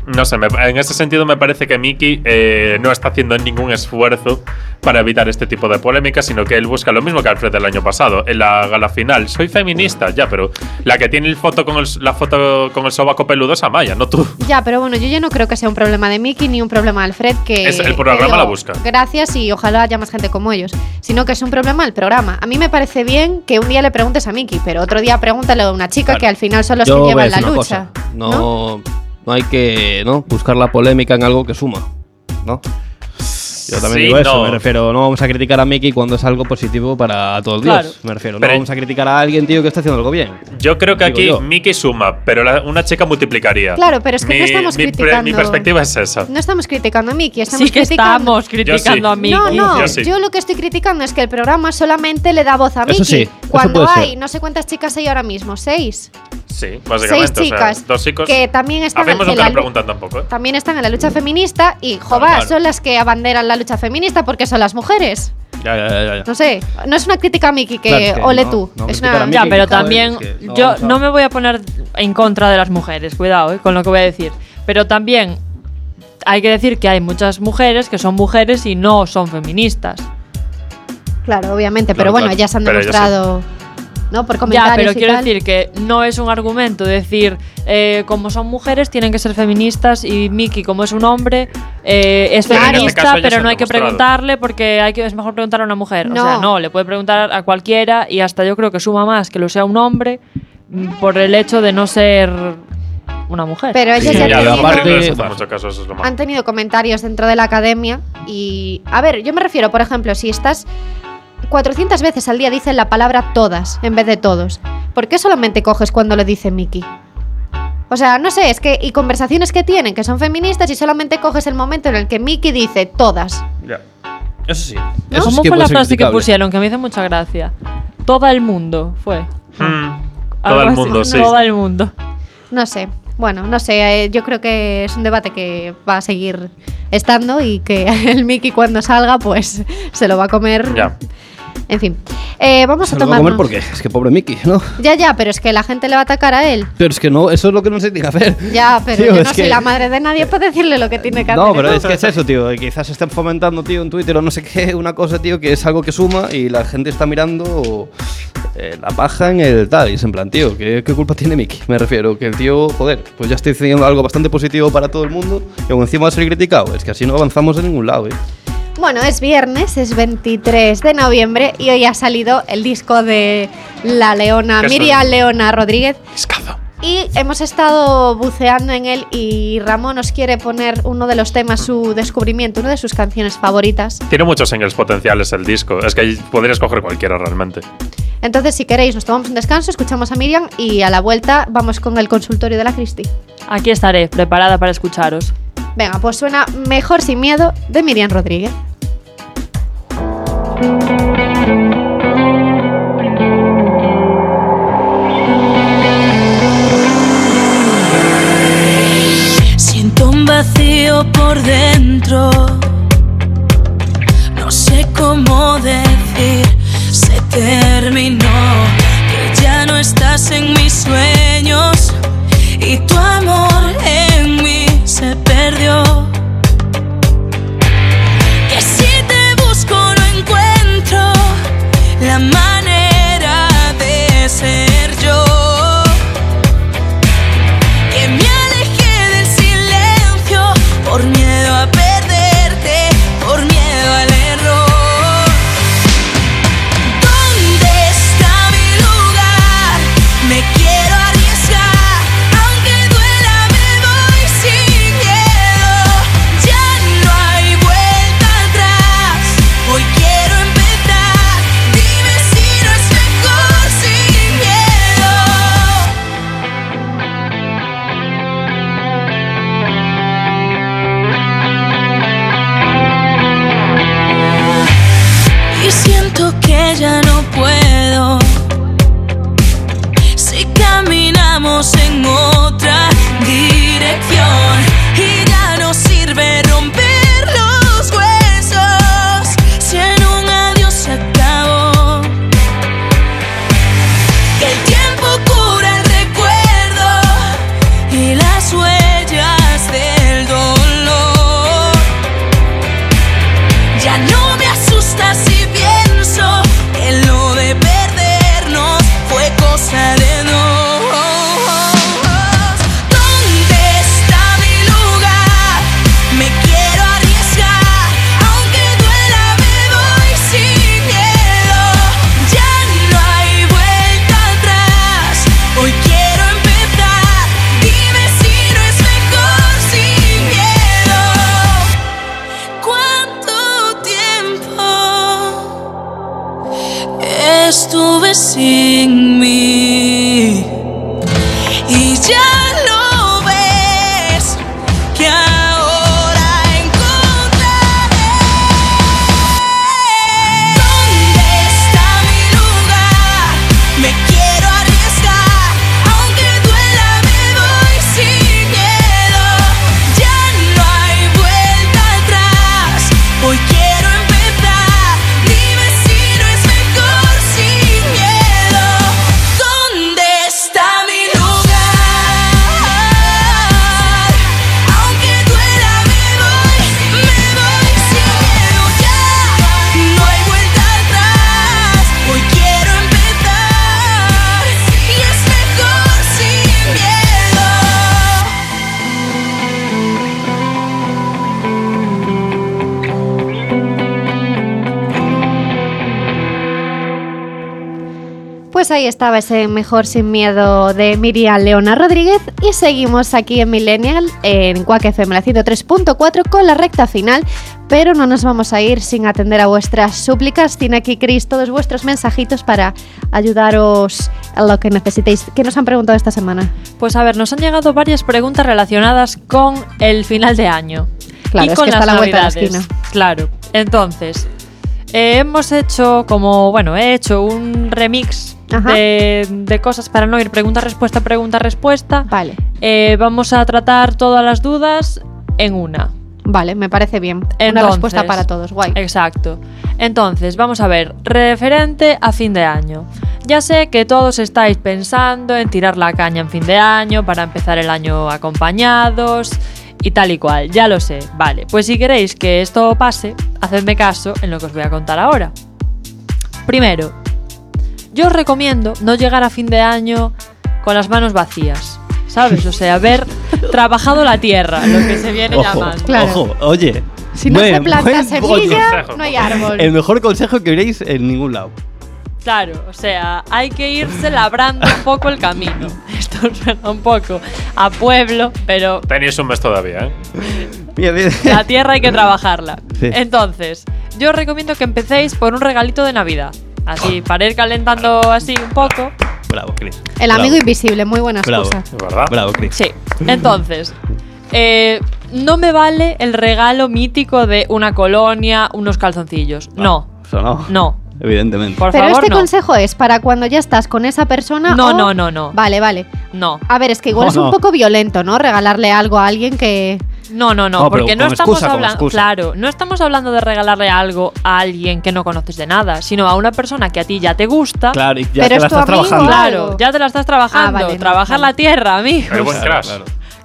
[SPEAKER 5] No sé, me- en ese sentido me parece que Mickey eh, no está haciendo ningún esfuerzo para evitar este tipo de polémicas, sino que él busca lo mismo que Alfred del año pasado. En la gala final, soy feminista, ya, pero la que tiene el foto con el, la foto con el sobaco peludo es Amaya, no tú.
[SPEAKER 2] Ya, pero bueno, yo ya no creo que sea un problema de Mickey ni un problema de Alfred, que...
[SPEAKER 5] Es- el programa
[SPEAKER 2] pero
[SPEAKER 5] la busca.
[SPEAKER 2] Gracias y ojalá haya más gente como ellos. Sino que es un problema del programa. A mí me parece bien que un día le preguntes a Mickey, pero otro día pregúntale a una chica
[SPEAKER 3] Claro.
[SPEAKER 2] que al final son los
[SPEAKER 3] Yo
[SPEAKER 2] que
[SPEAKER 3] voy a
[SPEAKER 2] llevan la
[SPEAKER 3] decir una
[SPEAKER 2] lucha.
[SPEAKER 3] cosa. No, no, hay que ¿no? buscar la polémica en algo que suma, ¿no? Yo también
[SPEAKER 5] Sí,
[SPEAKER 3] digo eso,
[SPEAKER 5] no.
[SPEAKER 3] me refiero, no vamos a criticar a Mickey cuando es algo positivo para todo el
[SPEAKER 4] Claro.
[SPEAKER 3] Dios, me refiero.
[SPEAKER 5] Pero-
[SPEAKER 3] no vamos a criticar a alguien, tío, que está haciendo algo bien.
[SPEAKER 5] Yo creo que
[SPEAKER 3] Digo
[SPEAKER 5] aquí
[SPEAKER 3] yo.
[SPEAKER 5] Mickey suma, pero la- una chica multiplicaría.
[SPEAKER 2] Claro, pero es que no estamos
[SPEAKER 5] mi,
[SPEAKER 2] criticando- Mm.
[SPEAKER 5] mi perspectiva es esa.
[SPEAKER 2] No estamos criticando a Mickey, estamos
[SPEAKER 4] Sí que
[SPEAKER 2] criticando...
[SPEAKER 4] estamos criticando
[SPEAKER 5] Yo sí.
[SPEAKER 4] a mí.
[SPEAKER 2] No, no,
[SPEAKER 5] Yo
[SPEAKER 2] yo,
[SPEAKER 5] sí.
[SPEAKER 2] lo que estoy criticando es que el programa solamente le da voz a
[SPEAKER 3] Eso
[SPEAKER 2] Mickey.
[SPEAKER 3] sí, eso
[SPEAKER 2] cuando
[SPEAKER 3] puede ser.
[SPEAKER 2] hay, no sé cuántas chicas hay ahora mismo, seis.
[SPEAKER 5] Sí,
[SPEAKER 2] Seis
[SPEAKER 5] básicamente. o sea,
[SPEAKER 2] chicas
[SPEAKER 5] dos chicos.
[SPEAKER 2] que también están
[SPEAKER 5] Hacemos
[SPEAKER 2] en
[SPEAKER 5] no te
[SPEAKER 2] la
[SPEAKER 5] lo
[SPEAKER 2] lu-
[SPEAKER 5] preguntan tampoco. ¿eh?
[SPEAKER 2] también están en la lucha feminista y jova,
[SPEAKER 5] Claro.
[SPEAKER 2] son las que abanderan la lucha feminista porque son las mujeres.
[SPEAKER 3] Ya, ya, ya, ya.
[SPEAKER 2] No sé, no es una crítica a Miki que
[SPEAKER 3] Claro, es que
[SPEAKER 2] ole
[SPEAKER 3] no,
[SPEAKER 2] tú.
[SPEAKER 3] no
[SPEAKER 2] es
[SPEAKER 3] criticar a
[SPEAKER 2] una...
[SPEAKER 3] Miki.
[SPEAKER 4] Ya,
[SPEAKER 3] Mickey,
[SPEAKER 4] pero
[SPEAKER 3] joder,
[SPEAKER 4] también
[SPEAKER 3] es que no
[SPEAKER 4] yo
[SPEAKER 3] vamos a-
[SPEAKER 4] no me voy a poner en contra de las mujeres, cuidado eh, con lo que voy a decir. Pero también hay que decir que hay muchas mujeres que son mujeres y no son feministas.
[SPEAKER 2] Claro, obviamente,
[SPEAKER 5] Claro,
[SPEAKER 2] pero bueno,
[SPEAKER 5] claro.
[SPEAKER 2] ya se han
[SPEAKER 5] Pero ellas
[SPEAKER 2] demostrado, ¿no? Por
[SPEAKER 4] Ya,
[SPEAKER 2] comentarios
[SPEAKER 4] pero
[SPEAKER 2] y
[SPEAKER 4] quiero
[SPEAKER 2] tal.
[SPEAKER 4] decir que no es un argumento decir eh, como son mujeres tienen que ser feministas y Mickey como es un hombre eh, es
[SPEAKER 5] Pero en este
[SPEAKER 4] feminista,
[SPEAKER 5] caso ya se
[SPEAKER 4] pero
[SPEAKER 5] han
[SPEAKER 4] no hay que
[SPEAKER 5] demostrado.
[SPEAKER 4] preguntarle porque hay que es mejor preguntar a una mujer. O sea,
[SPEAKER 2] No.
[SPEAKER 4] no, le puede preguntar a cualquiera y hasta yo creo que suma más que lo sea un hombre mm, por el hecho de no ser una mujer.
[SPEAKER 2] Pero ellos
[SPEAKER 3] Sí,
[SPEAKER 2] ya
[SPEAKER 3] y
[SPEAKER 5] ya,
[SPEAKER 2] han
[SPEAKER 5] la
[SPEAKER 2] tenido-
[SPEAKER 3] aparte-
[SPEAKER 5] parte no les hace mucho caso, eso es lo malo.
[SPEAKER 2] han tenido comentarios dentro de la academia y a ver, yo me refiero, por ejemplo, si estás 400 veces al día dicen la palabra todas en vez de todos. ¿Por qué solamente coges cuando lo dice Miki? O sea, no sé, es que y conversaciones que tienen que son feministas y solamente coges el momento en el que Miki dice todas.
[SPEAKER 3] Ya. Eso sí. Eso sí
[SPEAKER 4] ¿Cómo
[SPEAKER 3] que
[SPEAKER 4] fue
[SPEAKER 3] puede
[SPEAKER 4] la
[SPEAKER 3] ser
[SPEAKER 4] frase que
[SPEAKER 3] criticable.
[SPEAKER 4] pusieron? Que me hizo mucha gracia. Todo el mundo fue.
[SPEAKER 5] Mm,
[SPEAKER 4] Algo
[SPEAKER 5] todo el
[SPEAKER 4] así.
[SPEAKER 5] mundo, sí.
[SPEAKER 4] Todo el mundo.
[SPEAKER 2] No sé. Bueno, no sé, eh, yo creo que es un debate que va a seguir estando y que (laughs) el Miki cuando salga pues se lo va a comer.
[SPEAKER 5] Ya.
[SPEAKER 2] En fin. Eh, vamos
[SPEAKER 3] Se
[SPEAKER 2] a
[SPEAKER 3] lo va a
[SPEAKER 2] tomar
[SPEAKER 3] comer porque es que pobre Mickey, ¿no?
[SPEAKER 2] Ya, ya, pero es que la gente le va a atacar a él.
[SPEAKER 3] Pero es que no, eso es lo que no se tiene que hacer.
[SPEAKER 2] Ya, pero
[SPEAKER 3] Tío,
[SPEAKER 2] yo
[SPEAKER 3] es
[SPEAKER 2] no soy
[SPEAKER 3] que-
[SPEAKER 2] la madre de nadie para decirle lo que tiene que hacer.
[SPEAKER 3] No, pero es que es eso, tío. que Quizás estén fomentando, tío, en Twitter o no sé qué, una cosa, tío, que es algo que suma y la gente está mirando eh, la paja en el tal. Y es en plan, tío, ¿qué, qué culpa tiene Mickey? Me refiero, que el tío, joder, pues ya estoy diciendo algo bastante positivo para todo el mundo y aún encima va a ser criticado. Es que así no avanzamos de ningún lado, ¿eh?
[SPEAKER 2] Bueno, es viernes, es 23 de noviembre y hoy ha salido el disco de la leona,
[SPEAKER 5] Qué
[SPEAKER 2] Miriam
[SPEAKER 5] suerte.
[SPEAKER 2] Leona Rodríguez.
[SPEAKER 5] Escazo.
[SPEAKER 2] Y hemos estado buceando en él y Ramón nos quiere poner uno de los temas, su descubrimiento, una de sus canciones favoritas.
[SPEAKER 5] Tiene muchos singles potenciales el disco. Es que podrías coger cualquiera realmente.
[SPEAKER 2] Entonces, si queréis, nos tomamos un descanso, escuchamos a Miriam y a la vuelta vamos con el consultorio de la Cristi.
[SPEAKER 4] Aquí estaré, preparada para escucharos.
[SPEAKER 2] Venga, pues suena Mejor sin miedo de Miriam Rodríguez.
[SPEAKER 6] Siento un vacío por dentro. No sé cómo decir, se terminó. Que ya no estás en mis sueños y tu amor en mí se perdió. Que si te busco no encuentro la manera de ser yo. Que me alejé del silencio por miedo a perderte, por miedo al error. ¿Dónde siento que ya no puedo. Si caminamos en otra dirección y ya no sirve romper los huesos. Si en un adiós se acabó. Que el tiempo cura el recuerdo y las huellas del dolor. Ya no me asusta si pienso que lo de perdernos fue cosa de dos. ¿Dónde está mi lugar? Me quiero arriesgar, aunque duela me voy sin miedo. Ya no hay vuelta atrás, hoy quiero empezar. Dime si no es mejor sin miedo. ¿Cuánto tiempo estuve sin mí? Y ya lo ves que ahora encontraré. ¿Dónde está mi lugar? Me quiero arriesgar, aunque duela me voy sin miedo. Ya no hay vuelta atrás, hoy quiero empezar. Dime si no es mejor sin miedo. ¿Dónde está mi lugar? Aunque duela me voy, me voy sin miedo ya. No hay vuelta atrás, hoy quiero empezar y es mejor sin miedo.
[SPEAKER 2] Pues ahí estaba ese Mejor Sin Miedo de Miriam Leona Rodríguez y seguimos aquí en Millennial en Quack FM la 103.4 con la recta final, pero no nos vamos a ir sin atender a vuestras súplicas. Tiene aquí Chris todos vuestros mensajitos para ayudaros a lo que necesitéis. ¿Qué nos han preguntado esta semana?
[SPEAKER 4] Pues a ver, nos han llegado varias preguntas relacionadas con el final de año.
[SPEAKER 2] Claro,
[SPEAKER 4] y
[SPEAKER 2] es
[SPEAKER 4] con
[SPEAKER 2] que está
[SPEAKER 4] las
[SPEAKER 2] a la vuelta de la
[SPEAKER 4] navidades.
[SPEAKER 2] esquina.
[SPEAKER 4] Claro. Entonces, eh, hemos hecho como, bueno, he hecho un remix
[SPEAKER 2] Ajá.
[SPEAKER 4] de, de cosas para no ir pregunta-respuesta, pregunta-respuesta.
[SPEAKER 2] Vale.
[SPEAKER 4] Eh, vamos a tratar todas las dudas en una.
[SPEAKER 2] Vale, me parece bien. Una
[SPEAKER 4] Entonces-
[SPEAKER 2] respuesta para todos, guay.
[SPEAKER 4] Exacto. Entonces, vamos a ver, referente a fin de año. Ya sé que todos estáis pensando en tirar la caña en fin de año para empezar el año acompañados y tal y cual, ya lo sé. Vale, pues si queréis que esto pase, hacedme caso en lo que os voy a contar ahora. Primero, yo os recomiendo no llegar a fin de año con las manos vacías. ¿Sabes? O
[SPEAKER 2] (laughs)
[SPEAKER 4] sea, haber trabajado la tierra, lo que se viene
[SPEAKER 3] Ojo,
[SPEAKER 4] llamando.
[SPEAKER 3] ojo, oye.
[SPEAKER 2] Si no se
[SPEAKER 3] buen-
[SPEAKER 2] planta
[SPEAKER 3] buen
[SPEAKER 2] semilla,
[SPEAKER 3] consejo.
[SPEAKER 2] no hay árbol.
[SPEAKER 3] El mejor consejo que veréis en ningún lado.
[SPEAKER 4] Claro, o sea, hay que irse labrando un poco el camino. (laughs) Esto suena un poco a pueblo, pero
[SPEAKER 5] Tenéis un mes todavía, ¿eh?
[SPEAKER 4] la tierra hay que trabajarla.
[SPEAKER 5] Sí.
[SPEAKER 4] Entonces, yo os recomiendo que empecéis por un regalito de Navidad. Así, para ir calentando así un poco.
[SPEAKER 3] Bravo, Chris.
[SPEAKER 2] El
[SPEAKER 3] Bravo.
[SPEAKER 2] amigo invisible, muy buena
[SPEAKER 3] Bravo.
[SPEAKER 2] excusa.
[SPEAKER 5] ¿Verdad?
[SPEAKER 3] Bravo, Chris.
[SPEAKER 4] Sí. Entonces, eh, no me vale el regalo mítico de una colonia, unos calzoncillos.
[SPEAKER 3] Ah.
[SPEAKER 4] No,
[SPEAKER 3] Eso no.
[SPEAKER 4] no.
[SPEAKER 3] Evidentemente.
[SPEAKER 4] Por
[SPEAKER 2] Pero
[SPEAKER 4] favor,
[SPEAKER 2] este
[SPEAKER 4] no.
[SPEAKER 2] consejo es para cuando ya estás con esa persona.
[SPEAKER 4] No,
[SPEAKER 2] o-
[SPEAKER 4] no, no, no.
[SPEAKER 2] Vale, vale.
[SPEAKER 4] No.
[SPEAKER 2] A ver, es que igual
[SPEAKER 4] No,
[SPEAKER 2] es un
[SPEAKER 4] no.
[SPEAKER 2] poco violento, ¿no? Regalarle algo a alguien que.
[SPEAKER 4] No, no, no,
[SPEAKER 2] No, pero
[SPEAKER 4] porque no
[SPEAKER 2] con
[SPEAKER 4] estamos
[SPEAKER 2] excusa, con
[SPEAKER 4] hablando,
[SPEAKER 2] excusa.
[SPEAKER 4] claro, no estamos hablando de regalarle algo a alguien que no conoces de nada, sino a una persona que a ti ya te gusta.
[SPEAKER 3] Claro, y ya Pero te es la tu estás amigo trabajando. o
[SPEAKER 4] Claro,
[SPEAKER 3] algo.
[SPEAKER 4] ya te la estás trabajando,
[SPEAKER 2] Ah, vale, no,
[SPEAKER 4] trabajar la tierra, amigos.
[SPEAKER 5] Pero buen crash.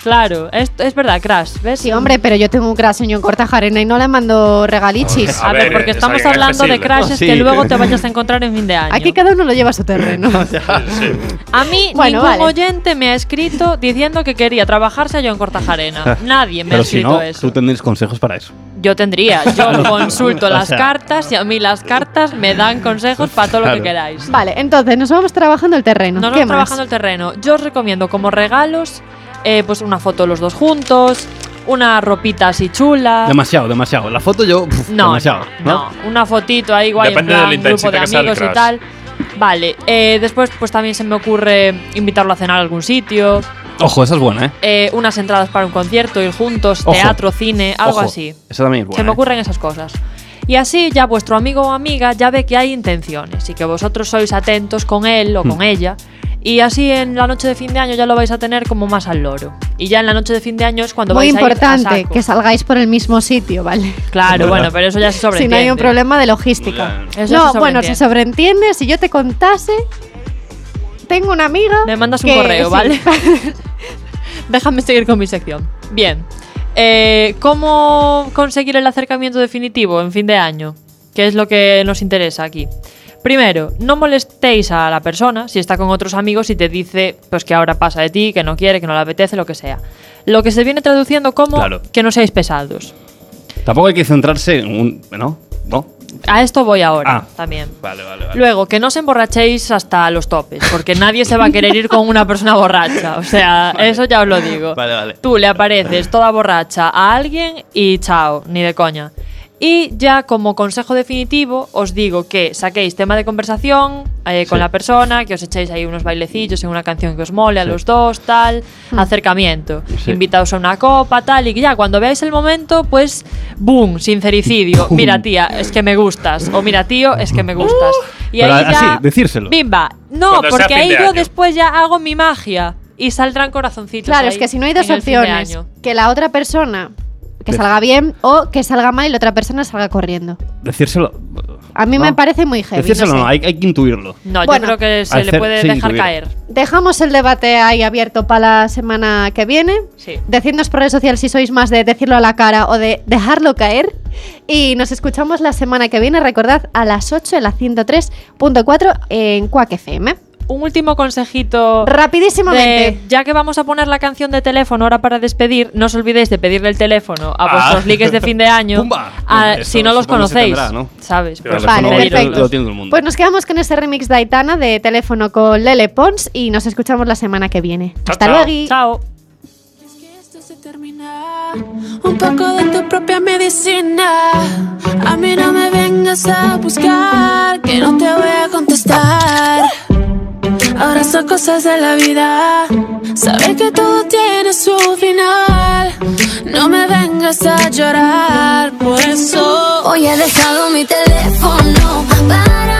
[SPEAKER 4] Claro, es, es verdad, Crash, ¿ves?
[SPEAKER 2] Sí, hombre, pero yo tengo un craseño en Cortajarena y no le mando regalichis.
[SPEAKER 4] A, ver, porque estamos hablando de crashes que luego te vayas a encontrar en fin de
[SPEAKER 2] (laughs)
[SPEAKER 4] año.
[SPEAKER 2] Aquí cada uno lo lleva a su
[SPEAKER 4] (laughs)
[SPEAKER 2] terreno.
[SPEAKER 4] A mí
[SPEAKER 2] Bueno,
[SPEAKER 4] ningún
[SPEAKER 2] vale.
[SPEAKER 4] oyente me ha escrito diciendo que quería trabajarse yo en Cortajarena. Nadie me ha
[SPEAKER 3] (laughs) Pero si
[SPEAKER 4] escrito
[SPEAKER 3] no,
[SPEAKER 4] eso.
[SPEAKER 3] tú tendréis consejos para eso.
[SPEAKER 4] Yo tendría, yo
[SPEAKER 3] (laughs) No.
[SPEAKER 4] consulto
[SPEAKER 3] O
[SPEAKER 4] las
[SPEAKER 3] sea-
[SPEAKER 4] cartas y a mí las cartas me dan consejos para todo lo
[SPEAKER 3] Claro.
[SPEAKER 4] que queráis.
[SPEAKER 2] Vale, entonces nos vamos trabajando el terreno.
[SPEAKER 4] Nos
[SPEAKER 2] ¿Qué
[SPEAKER 4] vamos
[SPEAKER 2] más?
[SPEAKER 4] trabajando el terreno. Yo os recomiendo como regalos, eh, pues una foto los dos juntos, una ropita así chula.
[SPEAKER 3] Demasiado, demasiado. La foto yo. pf,
[SPEAKER 4] No,
[SPEAKER 3] demasiado.
[SPEAKER 4] No, una fotito ahí guay
[SPEAKER 3] Depende
[SPEAKER 4] en
[SPEAKER 3] de la
[SPEAKER 4] plan, grupo
[SPEAKER 3] intensidad
[SPEAKER 4] de
[SPEAKER 3] que sea el
[SPEAKER 4] amigos y
[SPEAKER 3] crush.
[SPEAKER 4] tal. Vale, eh, después pues también se me ocurre invitarlo a cenar a algún sitio,
[SPEAKER 3] Ojo, esa es buena, ¿eh?
[SPEAKER 4] eh, unas entradas para un concierto, ir juntos,
[SPEAKER 3] Ojo.
[SPEAKER 4] teatro, cine, algo
[SPEAKER 3] Ojo,
[SPEAKER 4] así.
[SPEAKER 3] Esa también es
[SPEAKER 4] se
[SPEAKER 3] buena.
[SPEAKER 4] me ocurren esas cosas. Y así ya vuestro amigo o amiga ya ve que hay intenciones y que vosotros sois atentos con él o con ella. Y así en la noche de fin de año ya lo vais a tener como más al loro. Y ya en la noche de fin de año es cuando
[SPEAKER 2] Muy
[SPEAKER 4] vais a
[SPEAKER 2] importante
[SPEAKER 4] ir a saco.
[SPEAKER 2] que salgáis por el mismo sitio, ¿vale?
[SPEAKER 4] Claro, bueno, pero eso ya se
[SPEAKER 2] Si no
[SPEAKER 4] sobreentiende.
[SPEAKER 2] hay un problema de logística.
[SPEAKER 4] Eso se
[SPEAKER 2] no,
[SPEAKER 4] sobreentiende.
[SPEAKER 2] bueno, se sobreentiende. Si yo te contase, tengo una amiga.
[SPEAKER 4] Me mandas un
[SPEAKER 2] que-
[SPEAKER 4] correo,
[SPEAKER 2] sí.
[SPEAKER 4] ¿vale?
[SPEAKER 2] (laughs)
[SPEAKER 4] Déjame seguir con mi sección. Bien. Eh, ¿Cómo conseguir el acercamiento definitivo en fin de año? Que es lo que nos interesa aquí. Primero, no molestéis a la persona si está con otros amigos y te dice pues que ahora pasa de ti, que no quiere, que no le apetece, lo que sea. Lo que se viene traduciendo como
[SPEAKER 3] Claro.
[SPEAKER 4] que no seáis pesados.
[SPEAKER 3] ¿eh? Tampoco hay que centrarse en un. ¿No? ¿No?
[SPEAKER 4] A esto voy ahora
[SPEAKER 3] Ah.
[SPEAKER 4] también.
[SPEAKER 3] Vale, vale, vale.
[SPEAKER 4] Luego, que no os emborrachéis hasta los topes, porque nadie se va a querer ir con una persona borracha.
[SPEAKER 3] (laughs)
[SPEAKER 4] O sea, eso ya os lo digo.
[SPEAKER 3] Vale, vale.
[SPEAKER 4] Tú le apareces toda borracha a alguien y chao, ni de coña. Y ya como consejo definitivo os digo que saquéis tema de conversación eh, con
[SPEAKER 11] Sí.
[SPEAKER 4] la persona, que os echéis ahí unos bailecillos en una canción que os mole a los dos, tal, acercamiento,
[SPEAKER 11] Sí.
[SPEAKER 4] invitaos a una copa, tal, y que ya cuando veáis el momento, pues, boom, sincericidio,
[SPEAKER 3] Boom.
[SPEAKER 4] mira tía, es que me gustas, o mira tío, es que me gustas. Y
[SPEAKER 3] Uh. Pero
[SPEAKER 4] ahí
[SPEAKER 3] así,
[SPEAKER 4] ya,
[SPEAKER 3] decírselo.
[SPEAKER 4] Bimba, no,
[SPEAKER 3] Cuando sea
[SPEAKER 4] porque
[SPEAKER 3] fin
[SPEAKER 4] ahí
[SPEAKER 3] de
[SPEAKER 4] yo
[SPEAKER 3] año.
[SPEAKER 4] después ya hago mi magia y saldrán corazoncitos.
[SPEAKER 2] Claro,
[SPEAKER 4] ahí
[SPEAKER 2] es que si no hay dos
[SPEAKER 4] en el fin de
[SPEAKER 2] opciones,
[SPEAKER 4] año.
[SPEAKER 2] que la otra persona que
[SPEAKER 3] De-
[SPEAKER 2] salga bien o que salga mal y la otra persona salga corriendo.
[SPEAKER 3] Decírselo.
[SPEAKER 2] A mí me
[SPEAKER 3] No.
[SPEAKER 2] parece muy heavy.
[SPEAKER 3] decírselo
[SPEAKER 2] no
[SPEAKER 3] no,
[SPEAKER 2] sé.
[SPEAKER 3] hay, hay que intuirlo.
[SPEAKER 4] No,
[SPEAKER 2] Bueno.
[SPEAKER 4] yo creo que se le
[SPEAKER 3] Hacer-
[SPEAKER 4] puede
[SPEAKER 3] sí,
[SPEAKER 4] dejar
[SPEAKER 3] tuviera.
[SPEAKER 4] caer.
[SPEAKER 2] Dejamos el debate ahí abierto para la semana que viene.
[SPEAKER 4] Sí.
[SPEAKER 2] Decidnos por redes sociales si sois más de decirlo a la cara o de dejarlo caer. Y nos escuchamos la semana que viene, recordad, a las 8 en la 103.4 en Quack FM.
[SPEAKER 4] Un último consejito.
[SPEAKER 2] Rapidísimamente.
[SPEAKER 4] Oh. de- ya que vamos a poner la canción de teléfono ahora para despedir, no os olvidéis de pedirle el teléfono a vuestros
[SPEAKER 3] Ah.
[SPEAKER 4] ligues de fin de
[SPEAKER 3] (laughs)
[SPEAKER 4] año.
[SPEAKER 3] Pumba.
[SPEAKER 4] a-
[SPEAKER 3] Eso
[SPEAKER 4] si no los
[SPEAKER 3] supongo que se
[SPEAKER 4] conocéis,
[SPEAKER 3] tendrá, ¿no?
[SPEAKER 4] ¿sabes?
[SPEAKER 3] Pero
[SPEAKER 4] Pues
[SPEAKER 3] eso no
[SPEAKER 4] pediroslos.
[SPEAKER 3] lo- lo tiene todo el mundo.
[SPEAKER 2] Pues nos quedamos con ese remix de Aitana de teléfono con Lele Pons y nos escuchamos la semana que viene. Hasta
[SPEAKER 4] chao.
[SPEAKER 2] luego.
[SPEAKER 4] Chao.
[SPEAKER 11] un poco de tu propia medicina. A mí no me vengas a buscar, que no te voy a contestar. Ahora son cosas de la vida, saber que todo tiene su final. No me vengas a llorar, por eso hoy he dejado mi teléfono.